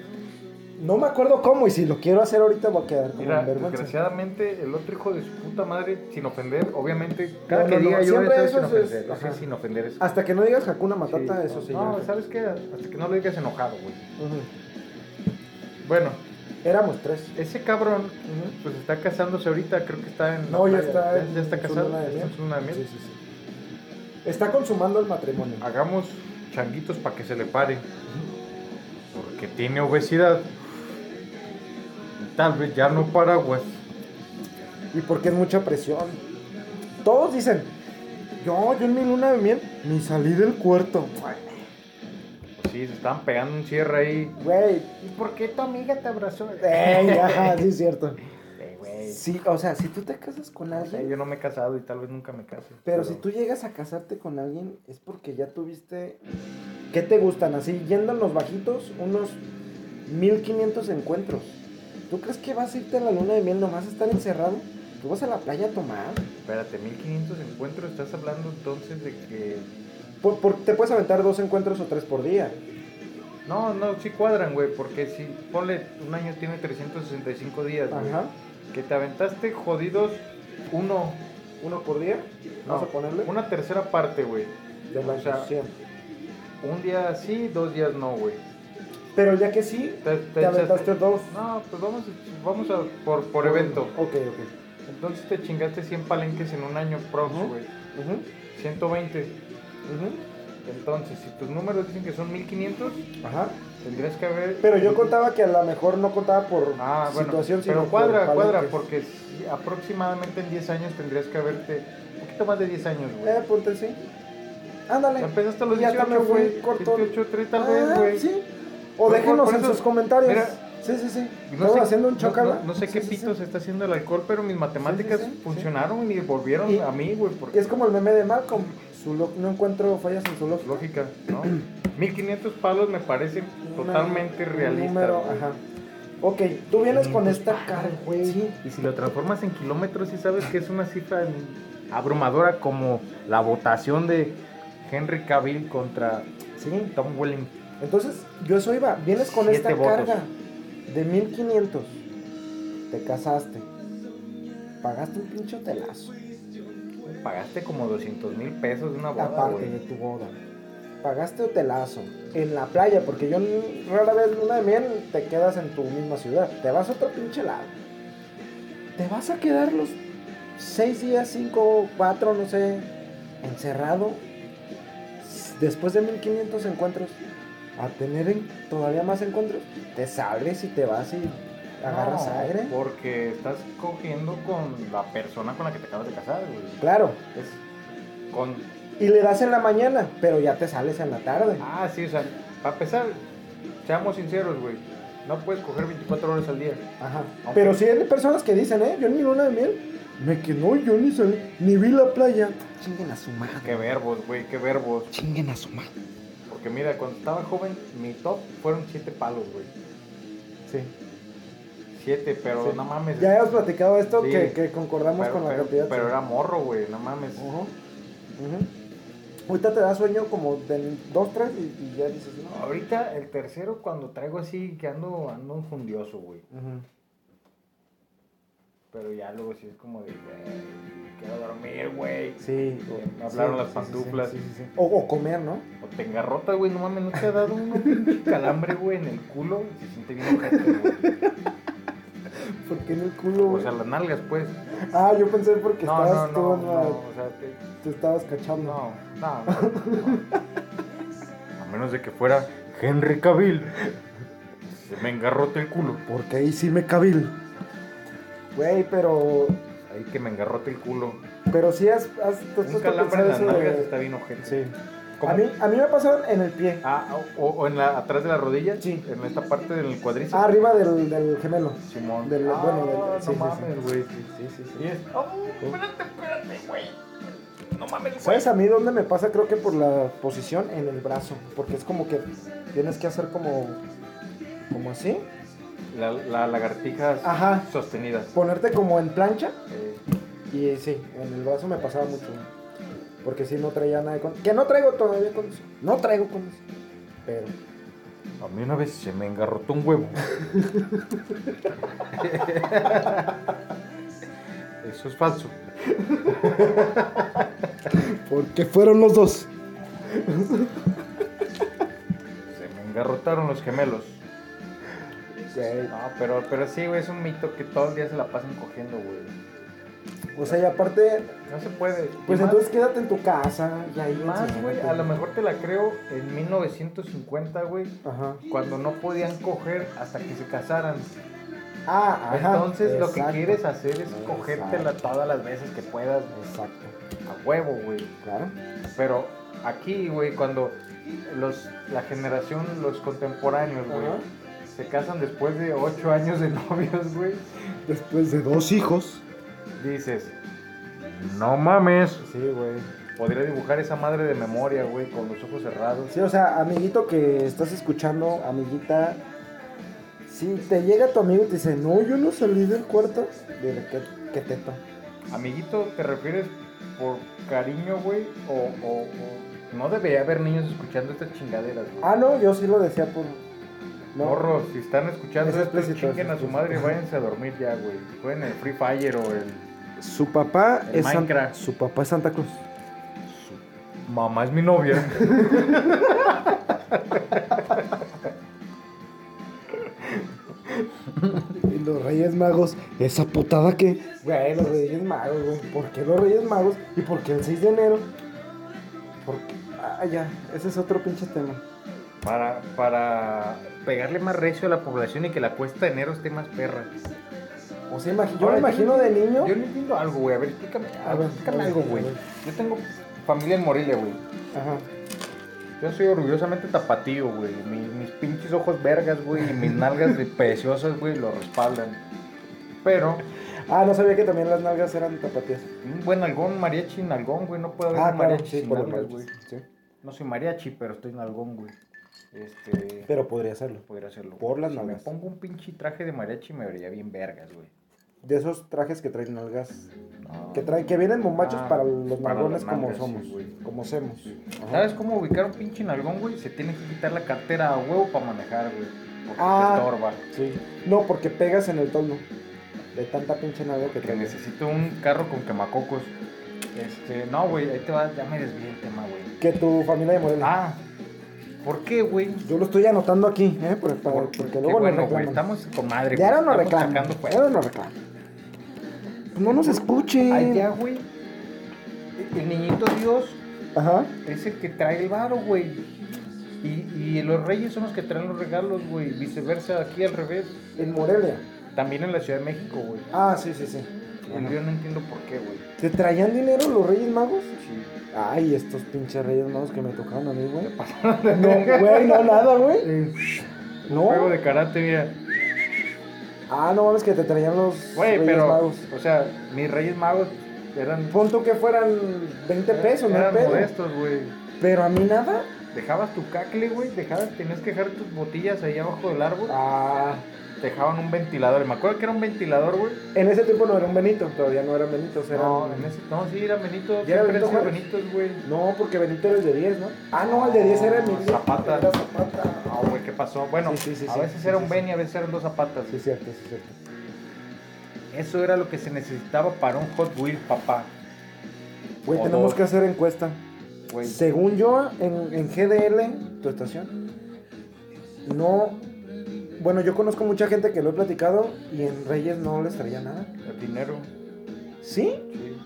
Speaker 1: No me acuerdo cómo y si lo quiero hacer ahorita voy a quedar como
Speaker 2: Mira,
Speaker 1: en vergüenza.
Speaker 2: desgraciadamente, el otro hijo de su puta madre, sin ofender, obviamente. Cada
Speaker 1: no,
Speaker 2: que
Speaker 1: no,
Speaker 2: diga yo
Speaker 1: siempre
Speaker 2: eso,
Speaker 1: eso
Speaker 2: sin
Speaker 1: es-
Speaker 2: ofender.
Speaker 1: es-
Speaker 2: eso es
Speaker 1: ajá.
Speaker 2: sin ofender. es-
Speaker 1: Hasta que no digas Hakuna Matata,
Speaker 2: sí,
Speaker 1: eso sí.
Speaker 2: No,
Speaker 1: yo-
Speaker 2: ¿sabes qué? Hasta que no lo digas enojado, güey.
Speaker 1: Ujú.
Speaker 2: Bueno,
Speaker 1: Éramos tres.
Speaker 2: ese cabrón, pues está casándose ahorita, creo que está en. la
Speaker 1: No, ya
Speaker 2: playa.
Speaker 1: está.
Speaker 2: Ya, ya está
Speaker 1: en su
Speaker 2: casado.
Speaker 1: luna de
Speaker 2: está en
Speaker 1: miel.
Speaker 2: su luna de miel.
Speaker 1: Sí, sí, sí. Está consumando el matrimonio.
Speaker 2: Hagamos changuitos para que se le pare. Porque tiene obesidad. Y Tal vez ya no paraguas.
Speaker 1: Y porque es mucha presión. Todos dicen, yo, yo en mi luna de miel ni salí del cuarto.
Speaker 2: Pues sí, se estaban pegando un cierre ahí.
Speaker 1: Güey,
Speaker 2: ¿Y por qué tu amiga te abrazó?
Speaker 1: ey, ajá, sí es cierto.
Speaker 2: Eh, güey.
Speaker 1: Sí, o sea, si tú te casas con
Speaker 2: O sea,
Speaker 1: alguien,
Speaker 2: yo no me he casado y tal vez nunca me case.
Speaker 1: pero si tú llegas a casarte con alguien es porque ya tuviste... ¿Qué te gustan? Así, yendo en los bajitos, unos 1500 encuentros. ¿Tú crees que vas a irte a la luna de miel nomás a estar encerrado? Tú vas a la playa a tomar.
Speaker 2: Espérate, 1500 encuentros, estás hablando entonces de que...
Speaker 1: Por- por- te puedes aventar dos encuentros o tres por día.
Speaker 2: No, no, sí cuadran, güey, porque si ponle, un año tiene 365 días, güey.
Speaker 1: Ajá.
Speaker 2: Que te aventaste jodidos uno,
Speaker 1: Uno por día. Vamos
Speaker 2: No,
Speaker 1: a ponerle.
Speaker 2: una tercera parte, güey.
Speaker 1: De la
Speaker 2: O sea,
Speaker 1: sesión.
Speaker 2: Un día sí, dos días no, güey.
Speaker 1: Pero ya que sí,
Speaker 2: Te,
Speaker 1: te aventaste dos.
Speaker 2: No, pues vamos, vamos a, por, por evento.
Speaker 1: Ok, ok.
Speaker 2: Entonces te chingaste 100 palenques en un año prox,
Speaker 1: Ujú.
Speaker 2: güey.
Speaker 1: Ujú,
Speaker 2: 120.
Speaker 1: ujú.
Speaker 2: Entonces, si tus números dicen que son 1500,
Speaker 1: Ajá.
Speaker 2: tendrías que haber...
Speaker 1: Pero yo contaba que a lo mejor no contaba por
Speaker 2: Ah, bueno,
Speaker 1: situación, sino
Speaker 2: pero cuadra,
Speaker 1: por
Speaker 2: cuadra,
Speaker 1: palenques.
Speaker 2: porque si- aproximadamente en 10 años tendrías que haberte, un poquito más de 10 años, güey.
Speaker 1: Eh, ponte sí. Ándale.
Speaker 2: Empezaste a los
Speaker 1: y hasta
Speaker 2: 18,
Speaker 1: me fui
Speaker 2: güey,
Speaker 1: corto.
Speaker 2: 18, 3 tal
Speaker 1: Ah,
Speaker 2: vez, güey.
Speaker 1: Sí. O
Speaker 2: Por-
Speaker 1: déjenos
Speaker 2: por
Speaker 1: en
Speaker 2: eso-
Speaker 1: sus comentarios.
Speaker 2: mira,
Speaker 1: sí, sí, sí.
Speaker 2: Y
Speaker 1: Estamos
Speaker 2: sé-
Speaker 1: haciendo un
Speaker 2: no-
Speaker 1: chocala.
Speaker 2: No, no sé qué
Speaker 1: Sí, sí, sí.
Speaker 2: pitos está haciendo el alcohol, pero mis matemáticas
Speaker 1: sí, sí,
Speaker 2: funcionaron y volvieron
Speaker 1: Y-
Speaker 2: a mí, güey, porque
Speaker 1: Es como el meme de Malcolm. Su lo- No encuentro fallas en su lógica.
Speaker 2: lógica, ¿no? 1500 palos me parece
Speaker 1: Una-
Speaker 2: totalmente
Speaker 1: un
Speaker 2: realista.
Speaker 1: número,
Speaker 2: güey.
Speaker 1: ajá. Ok, tú vienes con
Speaker 2: 500
Speaker 1: esta
Speaker 2: palos,
Speaker 1: cara,
Speaker 2: güey.
Speaker 1: Sí.
Speaker 2: Y si lo transformas en kilómetros, sí sabes que es una cifra en- abrumadora como la votación de Henry Cavill contra
Speaker 1: Sí.
Speaker 2: Tom Welling.
Speaker 1: Entonces, yo eso iba. Vienes con
Speaker 2: Siete
Speaker 1: esta
Speaker 2: votos.
Speaker 1: carga de 1500. Te casaste. Pagaste un pinche hotelazo.
Speaker 2: Pagaste como 200 mil pesos de una boda,
Speaker 1: aparte de
Speaker 2: güey.
Speaker 1: tu boda. Pagaste hotelazo. En la playa, porque yo n- rara vez luna de miel te quedas en tu misma ciudad. Te vas a otro pinche lado. Te vas a quedar los 6 días, 5, 4, no sé, encerrado. S- Después de 1500 encuentros, a tener en- todavía más encuentros, te sales y te vas y agarras
Speaker 2: No,
Speaker 1: aire.
Speaker 2: Porque estás cogiendo con la persona con la que te acabas de casar, güey.
Speaker 1: Claro.
Speaker 2: Es con...
Speaker 1: Y le das en la mañana, pero ya te sales en la tarde.
Speaker 2: Ah, sí, o sea, para empezar, seamos sinceros, güey. No puedes coger 24 horas al día.
Speaker 1: Ajá.
Speaker 2: Ok.
Speaker 1: Pero sí hay personas que dicen, ¿eh? Yo en mi luna de miel me quedó, yo ni salí, ni vi la playa. Chinguen a su
Speaker 2: Qué
Speaker 1: madre.
Speaker 2: verbos, güey, qué verbos.
Speaker 1: Chinguen a su madre.
Speaker 2: Porque mira, cuando estaba joven, mi top fueron 7 palos, güey.
Speaker 1: Sí.
Speaker 2: 7, pero
Speaker 1: Sí.
Speaker 2: no mames.
Speaker 1: Ya hemos platicado esto
Speaker 2: Sí.
Speaker 1: que, que concordamos
Speaker 2: pero,
Speaker 1: con la
Speaker 2: pero-
Speaker 1: cantidad.
Speaker 2: pero
Speaker 1: sí.
Speaker 2: era morro, güey, no mames.
Speaker 1: Ujú. Ujú. Ahorita te da sueño como de dos, tres y, y ya dices, no.
Speaker 2: Ahorita el tercero cuando traigo así que ando ando fundioso, güey.
Speaker 1: Ujú.
Speaker 2: Pero ya luego sí es como de, güey, quiero dormir, güey.
Speaker 1: Sí.
Speaker 2: Me hablaron las pantuflas.
Speaker 1: sí, sí, sí. O, o comer, ¿no?
Speaker 2: O te engarrota, güey, no mames, no te ha dado un pinche calambre, güey, en el culo. Se siente bien ojete, güey.
Speaker 1: ¿Por qué en el culo,
Speaker 2: O
Speaker 1: güey?
Speaker 2: sea, las nalgas, pues.
Speaker 1: Ah, yo pensé porque
Speaker 2: No, no,
Speaker 1: estabas
Speaker 2: no,
Speaker 1: tú,
Speaker 2: no,
Speaker 1: no,
Speaker 2: o sea, te-
Speaker 1: te estabas cachando.
Speaker 2: no, no, no. A menos de que fuera Henry Cavill. Se me engarrote el culo.
Speaker 1: Porque ahí sí me cabil. Güey, pero.
Speaker 2: Ahí que me engarrote el culo.
Speaker 1: Pero sí has. has te has
Speaker 2: Un
Speaker 1: puesto a
Speaker 2: calambre
Speaker 1: pensar
Speaker 2: en las
Speaker 1: eso de-
Speaker 2: nalgas está bien ojete.
Speaker 1: Sí.
Speaker 2: ¿Cómo?
Speaker 1: A mí, a mí me pasó en el pie.
Speaker 2: Ah, o, o en la, atrás de la rodilla.
Speaker 1: Sí.
Speaker 2: En esta parte del cuadriceps.
Speaker 1: Ah, arriba del, del gemelo.
Speaker 2: Simón.
Speaker 1: Del-
Speaker 2: Ah,
Speaker 1: bueno, del- sí,
Speaker 2: no
Speaker 1: sí, sí.
Speaker 2: mames, güey. Sí, sí, sí. Y es- Oh, espérate, espérate, güey. No mames, güey.
Speaker 1: ¿Sabes a mí dónde me pasa? Creo que por la posición en el brazo. Porque es como que tienes que hacer como. Como así.
Speaker 2: La, la lagartija
Speaker 1: Ajá.
Speaker 2: sostenida.
Speaker 1: Ponerte como en plancha.
Speaker 2: Eh,
Speaker 1: Y eh, sí, en el brazo me pasaba mucho. güey. Porque sí, no traía nada de con... Que no traigo todavía con No traigo con Pero.
Speaker 2: a mí una vez se me engarrotó un huevo. Eso es falso.
Speaker 1: Porque fueron los dos.
Speaker 2: Se me engarrotaron los gemelos. No, pero, pero sí, güey, es un mito que todos los días se la pasan cogiendo, güey.
Speaker 1: O sea, y aparte.
Speaker 2: No se puede.
Speaker 1: Pues
Speaker 2: Y más-
Speaker 1: entonces quédate en tu casa. Y ahí
Speaker 2: y más, güey,
Speaker 1: enséñate.
Speaker 2: a lo mejor te la creo en 1950, güey,
Speaker 1: Ajá.
Speaker 2: cuando no podían coger hasta que se casaran.
Speaker 1: Ah, ajá.
Speaker 2: Entonces lo que
Speaker 1: exacto.
Speaker 2: quieres hacer es
Speaker 1: Exacto.
Speaker 2: cogértela todas las veces que puedas, güey.
Speaker 1: Exacto.
Speaker 2: A huevo, güey.
Speaker 1: Claro.
Speaker 2: Pero aquí, güey, cuando los, la generación, los contemporáneos, güey,
Speaker 1: Ajá.
Speaker 2: se casan después de ocho años de novios, güey,
Speaker 1: Después de dos hijos.
Speaker 2: dices, no mames.
Speaker 1: Sí, güey.
Speaker 2: Podría dibujar esa madre de memoria, güey, con los ojos cerrados.
Speaker 1: Sí, o sea, amiguito que estás escuchando, amiguita, si te llega tu amigo y te dice, no, yo no salí del cuarto, dile, qué, qué teto.
Speaker 2: Amiguito, ¿te refieres por cariño, güey? O, o- o- no debería haber niños escuchando estas chingaderas, güey.
Speaker 1: Ah, no, yo sí lo decía por... No,
Speaker 2: Morro, si están escuchando
Speaker 1: Es
Speaker 2: esto,
Speaker 1: explícito,
Speaker 2: chinguen
Speaker 1: es
Speaker 2: a su
Speaker 1: explícito.
Speaker 2: madre y váyanse a dormir ya, güey. Jueguen el Free Fire o el...
Speaker 1: Su papá
Speaker 2: El
Speaker 1: es San-
Speaker 2: Minecraft.
Speaker 1: Su papá es Santa Cruz.
Speaker 2: Mamá es mi novia.
Speaker 1: Y los Reyes Magos, esa putada que... Güey, los Reyes Magos, güey. ¿Por qué los Reyes Magos? ¿Y por qué el 6 de enero? Porque... Ah, ya, ese es otro pinche tema.
Speaker 2: para, para pegarle más recio a la población y que la cuesta de enero esté más perra.
Speaker 1: O sea, imagi- yo
Speaker 2: Ahora,
Speaker 1: me imagino de niño...
Speaker 2: Yo no entiendo algo, güey. A ver, explícame,
Speaker 1: A ver,
Speaker 2: explícame
Speaker 1: a ver,
Speaker 2: algo,
Speaker 1: a
Speaker 2: güey.
Speaker 1: ver.
Speaker 2: Yo tengo familia en Morelia, güey.
Speaker 1: Ajá.
Speaker 2: Yo soy orgullosamente tapatío, güey. Mi- Mis, pinches ojos vergas, güey, y mis nalgas de preciosas, güey, lo respaldan. Pero,
Speaker 1: Ah, no sabía que también las nalgas eran tapatías.
Speaker 2: un buen algón, mariachi nalgón, güey, no puede haber
Speaker 1: Ah,
Speaker 2: un
Speaker 1: claro,
Speaker 2: mariachi
Speaker 1: sí,
Speaker 2: sin
Speaker 1: por lo
Speaker 2: nalgas,
Speaker 1: menos,
Speaker 2: güey.
Speaker 1: sí.
Speaker 2: No soy mariachi, pero estoy nalgón, güey. Este,
Speaker 1: Pero podría hacerlo.
Speaker 2: podría hacerlo. güey.
Speaker 1: por las
Speaker 2: si me
Speaker 1: nalgas.
Speaker 2: pongo un pinche traje de mariachi me vería bien vergas, güey.
Speaker 1: De esos trajes que traen nalgas.
Speaker 2: No.
Speaker 1: Que, traen, que vienen bombachos
Speaker 2: Ah,
Speaker 1: para los
Speaker 2: para
Speaker 1: nalgones
Speaker 2: las
Speaker 1: como
Speaker 2: nalgas,
Speaker 1: somos.
Speaker 2: sí, güey.
Speaker 1: como semos. Ajá.
Speaker 2: ¿Sabes cómo ubicar un pinche nalgón, güey? Se tiene que quitar la cartera a huevo para manejar, güey. Porque
Speaker 1: Ah.
Speaker 2: te estorba.
Speaker 1: Sí. No, porque pegas en el toldo. De tanta pinche nalga que
Speaker 2: Que
Speaker 1: traen.
Speaker 2: necesito un carro con quemacocos. Este, no, güey, ahí te va, ya me desvié el tema, güey.
Speaker 1: Que tu familia de Morelia.
Speaker 2: Ah, ¿por qué, güey?
Speaker 1: Yo lo estoy anotando aquí, ¿eh? Por- para-
Speaker 2: Por-
Speaker 1: porque
Speaker 2: qué
Speaker 1: luego nos
Speaker 2: bueno, güey,
Speaker 1: reclaman.
Speaker 2: estamos con madre,
Speaker 1: Ya ahora nos
Speaker 2: estamos
Speaker 1: reclaman.
Speaker 2: sacando
Speaker 1: Ya
Speaker 2: fuego.
Speaker 1: ahora nos reclaman. Pues no nos escuchen.
Speaker 2: Allá, güey, el niñito Dios
Speaker 1: Ajá.
Speaker 2: es el que trae el varo, güey. Y, y los reyes son los que traen los regalos, güey. Viceversa, aquí al revés.
Speaker 1: En Morelia.
Speaker 2: También en la Ciudad de México, güey.
Speaker 1: Ah, sí, sí, sí. Ajá.
Speaker 2: Yo no entiendo por qué, güey.
Speaker 1: ¿Te traían dinero los Reyes Magos? Ay, estos pinches Reyes Magos que me tocaron a mí, güey. No, güey, no nada, güey.
Speaker 2: Juego
Speaker 1: No.
Speaker 2: de karate, mira.
Speaker 1: Ah, no mames que te traían los
Speaker 2: Güey,
Speaker 1: Reyes
Speaker 2: pero.
Speaker 1: Magos.
Speaker 2: O sea, mis Reyes Magos eran.
Speaker 1: Pon tú que fueran 20 pesos, no hay
Speaker 2: eran
Speaker 1: pedo.
Speaker 2: modestos, güey.
Speaker 1: Pero a mí nada.
Speaker 2: Dejabas tu cacle, güey. Dejabas, tenías que dejar tus botillas ahí abajo del árbol.
Speaker 1: Ah,
Speaker 2: Dejaban un ventilador. Me acuerdo que era un ventilador, güey.
Speaker 1: en ese tiempo no era un Benito, todavía no eran Benitos, eran.
Speaker 2: No, en ese- no, sí, era Benito.
Speaker 1: ¿Ya era
Speaker 2: siempre
Speaker 1: Benito
Speaker 2: ha sido
Speaker 1: Juárez?
Speaker 2: Benitos, güey.
Speaker 1: No, porque Benito era el de 10, ¿no? Ah, no, el de 10 era mi.
Speaker 2: Zapata.
Speaker 1: Era Zapata.
Speaker 2: No, Ah, güey, ¿qué pasó? Bueno,
Speaker 1: Sí, sí, sí,
Speaker 2: a
Speaker 1: sí.
Speaker 2: veces
Speaker 1: Sí,
Speaker 2: era
Speaker 1: sí,
Speaker 2: un
Speaker 1: sí.
Speaker 2: Ben y a veces eran dos zapatas.
Speaker 1: Sí, cierto, sí, cierto.
Speaker 2: Eso era lo que se necesitaba para un Hot Wheel, papá.
Speaker 1: Güey,
Speaker 2: O
Speaker 1: tenemos
Speaker 2: dos.
Speaker 1: que hacer encuesta.
Speaker 2: Güey.
Speaker 1: Según yo, en, en GDL, tu estación, no Bueno, yo conozco mucha gente que lo he platicado y en Reyes no les traía nada.
Speaker 2: El dinero.
Speaker 1: ¿Sí?
Speaker 2: Sí.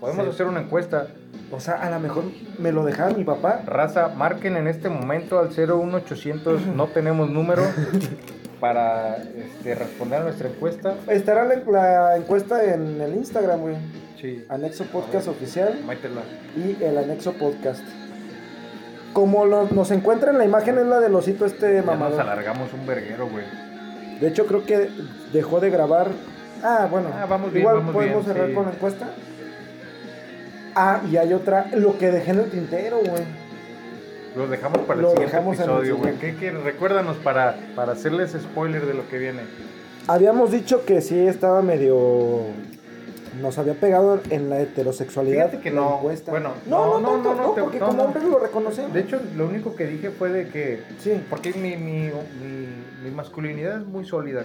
Speaker 2: Podemos
Speaker 1: Sí.
Speaker 2: hacer una encuesta.
Speaker 1: O sea, a lo mejor me lo dejaba mi papá.
Speaker 2: Raza, marquen en este momento al 01800, no tenemos número, para este, responder a nuestra encuesta.
Speaker 1: Estará la, la encuesta en el Instagram, güey.
Speaker 2: Sí,
Speaker 1: Anexo Podcast
Speaker 2: A
Speaker 1: Oficial
Speaker 2: métela.
Speaker 1: y el Anexo Podcast. Como lo- nos encuentran, la imagen es la del osito este
Speaker 2: Ya nos
Speaker 1: mamador.
Speaker 2: alargamos un verguero, güey.
Speaker 1: De hecho, creo que dejó de grabar. Ah, bueno.
Speaker 2: Ah, vamos bien,
Speaker 1: igual
Speaker 2: vamos
Speaker 1: podemos
Speaker 2: bien,
Speaker 1: cerrar
Speaker 2: sí.
Speaker 1: con la encuesta. Ah, y hay otra. Lo que dejé en el tintero, güey.
Speaker 2: Los dejamos para
Speaker 1: Lo
Speaker 2: el siguiente
Speaker 1: dejamos en el
Speaker 2: episodio, güey.
Speaker 1: siguiente.
Speaker 2: ¿Qué- qué? Recuérdanos para, para hacerles spoiler de lo que viene.
Speaker 1: Habíamos dicho que sí estaba medio. Nos había pegado en la heterosexualidad.
Speaker 2: Fíjate que
Speaker 1: la
Speaker 2: no.
Speaker 1: encuesta.
Speaker 2: Bueno,
Speaker 1: no, no,
Speaker 2: no, no,
Speaker 1: no, tanto,
Speaker 2: no,
Speaker 1: no,
Speaker 2: te-
Speaker 1: porque
Speaker 2: no,
Speaker 1: como
Speaker 2: no.
Speaker 1: hombre lo reconocemos.
Speaker 2: De hecho, lo único que dije fue de que...
Speaker 1: sí.
Speaker 2: Porque mi, mi, mi- mi masculinidad es muy sólida.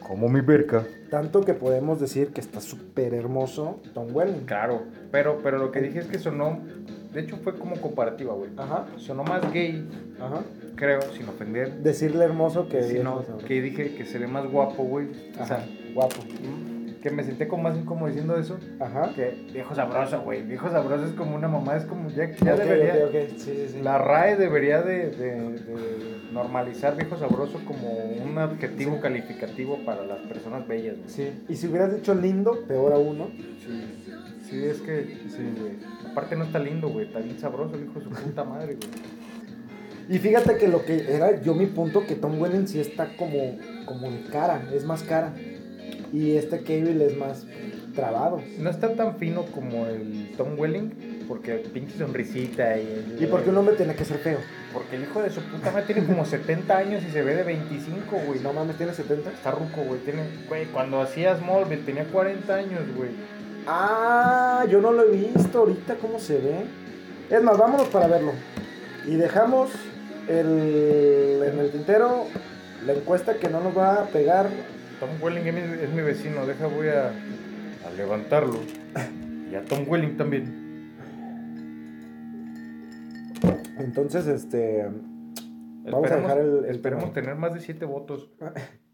Speaker 2: Como mi verca.
Speaker 1: Tanto que podemos decir que está súper hermoso Tom Welling.
Speaker 2: Claro, pero, pero lo que dije es que sonó... De hecho, fue como comparativa, güey.
Speaker 1: Ajá,
Speaker 2: Sonó más gay,
Speaker 1: ajá.
Speaker 2: creo, sin ofender.
Speaker 1: Decirle hermoso que.
Speaker 2: Si
Speaker 1: es
Speaker 2: no,
Speaker 1: hermoso.
Speaker 2: que dije que seré más guapo, güey. O
Speaker 1: Ajá,
Speaker 2: sea,
Speaker 1: guapo.
Speaker 2: que me senté como más incómodo diciendo eso.
Speaker 1: Ajá.
Speaker 2: Que viejo sabroso, güey. Viejo sabroso es como una mamá, es como ya, ya
Speaker 1: Ok,
Speaker 2: debería.
Speaker 1: ok, ok, Sí, sí, sí.
Speaker 2: La RAE debería de, de- de normalizar viejo sabroso como un adjetivo calificativo para las personas bellas, güey.
Speaker 1: Sí. Y si hubieras dicho lindo, peor a uno.
Speaker 2: Sí, sí, es que, sí, güey. Aparte no está lindo, güey, está bien sabroso el hijo de su puta madre, güey.
Speaker 1: Y fíjate que lo que era yo mi punto, que Tom Welling sí está como, como de cara, es más cara. Y este Cable es más trabado.
Speaker 2: No está tan fino como el Tom Welling, porque pinche sonrisita y... el-
Speaker 1: ¿Y por qué un hombre tiene que ser feo?
Speaker 2: Porque el hijo de su puta madre tiene como 70 años y se ve de 25, güey.
Speaker 1: No mames, tiene 70.
Speaker 2: Está ruco, güey. Tiene, güey, cuando hacía Smallville tenía 40 años, güey.
Speaker 1: Ah, yo no lo he visto ahorita cómo se ve. Es más, vámonos para verlo. Y dejamos el, en el tintero la encuesta que no nos va a pegar.
Speaker 2: Tom Welling es mi, es mi vecino, deja, voy a, a levantarlo. Y a Tom Welling también.
Speaker 1: Entonces, este... Vamos a
Speaker 2: Esperemos-
Speaker 1: dejar el- el
Speaker 2: esperemos
Speaker 1: tema.
Speaker 2: tener más de 7 votos,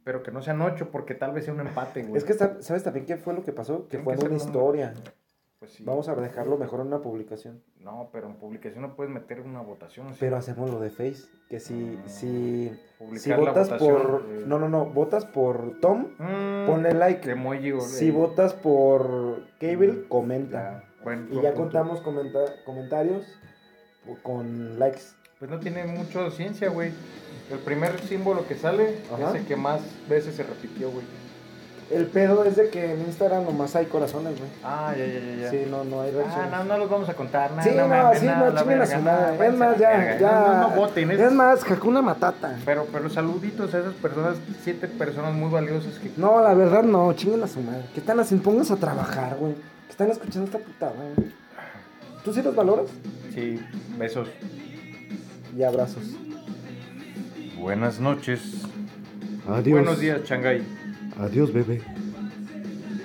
Speaker 2: pero que no sean 8 porque tal vez sea un empate, güey.
Speaker 1: Es que, sa- ¿sabes también qué fue lo que pasó? Que
Speaker 2: Tiene
Speaker 1: fue en
Speaker 2: que ser
Speaker 1: una
Speaker 2: un-
Speaker 1: historia.
Speaker 2: Pues sí.
Speaker 1: Vamos a dejarlo mejor en una publicación.
Speaker 2: No, pero en publicación no puedes meter una votación. ¿sí?
Speaker 1: Pero hacemos lo de Face. Que si, si,
Speaker 2: Publicar
Speaker 1: si
Speaker 2: la
Speaker 1: votas
Speaker 2: votación,
Speaker 1: por...
Speaker 2: eh.
Speaker 1: No, no, no. Votas por Tom,
Speaker 2: Mm,
Speaker 1: ponle
Speaker 2: qué
Speaker 1: like.
Speaker 2: emoji, güey.
Speaker 1: Si votas por Cable, comenta.
Speaker 2: Mm, Ya, bueno, pues,
Speaker 1: Y
Speaker 2: buen
Speaker 1: ya
Speaker 2: punto.
Speaker 1: contamos comenta- comentarios o- con likes.
Speaker 2: Pues no tiene mucho ciencia, güey. El primer símbolo que sale
Speaker 1: Ajá.
Speaker 2: es el que más veces se repitió, güey.
Speaker 1: El pedo es de que en Instagram nomás hay corazones, güey.
Speaker 2: Ah, ya, ya, ya. ya.
Speaker 1: Sí, no, no hay
Speaker 2: Ah,
Speaker 1: reacciones.
Speaker 2: no, no los vamos a contar, nada.
Speaker 1: sí, no,
Speaker 2: mames,
Speaker 1: sí,
Speaker 2: nada,
Speaker 1: no,
Speaker 2: la
Speaker 1: chinguen a
Speaker 2: verga,
Speaker 1: su
Speaker 2: nada,
Speaker 1: madre. Es
Speaker 2: váyanse a
Speaker 1: más,
Speaker 2: la
Speaker 1: ya,
Speaker 2: verga.
Speaker 1: ya.
Speaker 2: No, no voten, es-
Speaker 1: Es más, Hakuna Matata.
Speaker 2: Pero, pero saluditos a esas personas, siete personas muy valiosas que
Speaker 1: No, la verdad no, chinguen a su madre. Que están haciendo? Pónganse a trabajar, güey. Que están escuchando esta putada, güey. ¿Tú sí los valoras?
Speaker 2: Sí, besos.
Speaker 1: Y abrazos.
Speaker 2: Buenas noches.
Speaker 4: Adiós.
Speaker 2: Buenos días, Shanghai.
Speaker 4: Adiós, bebé.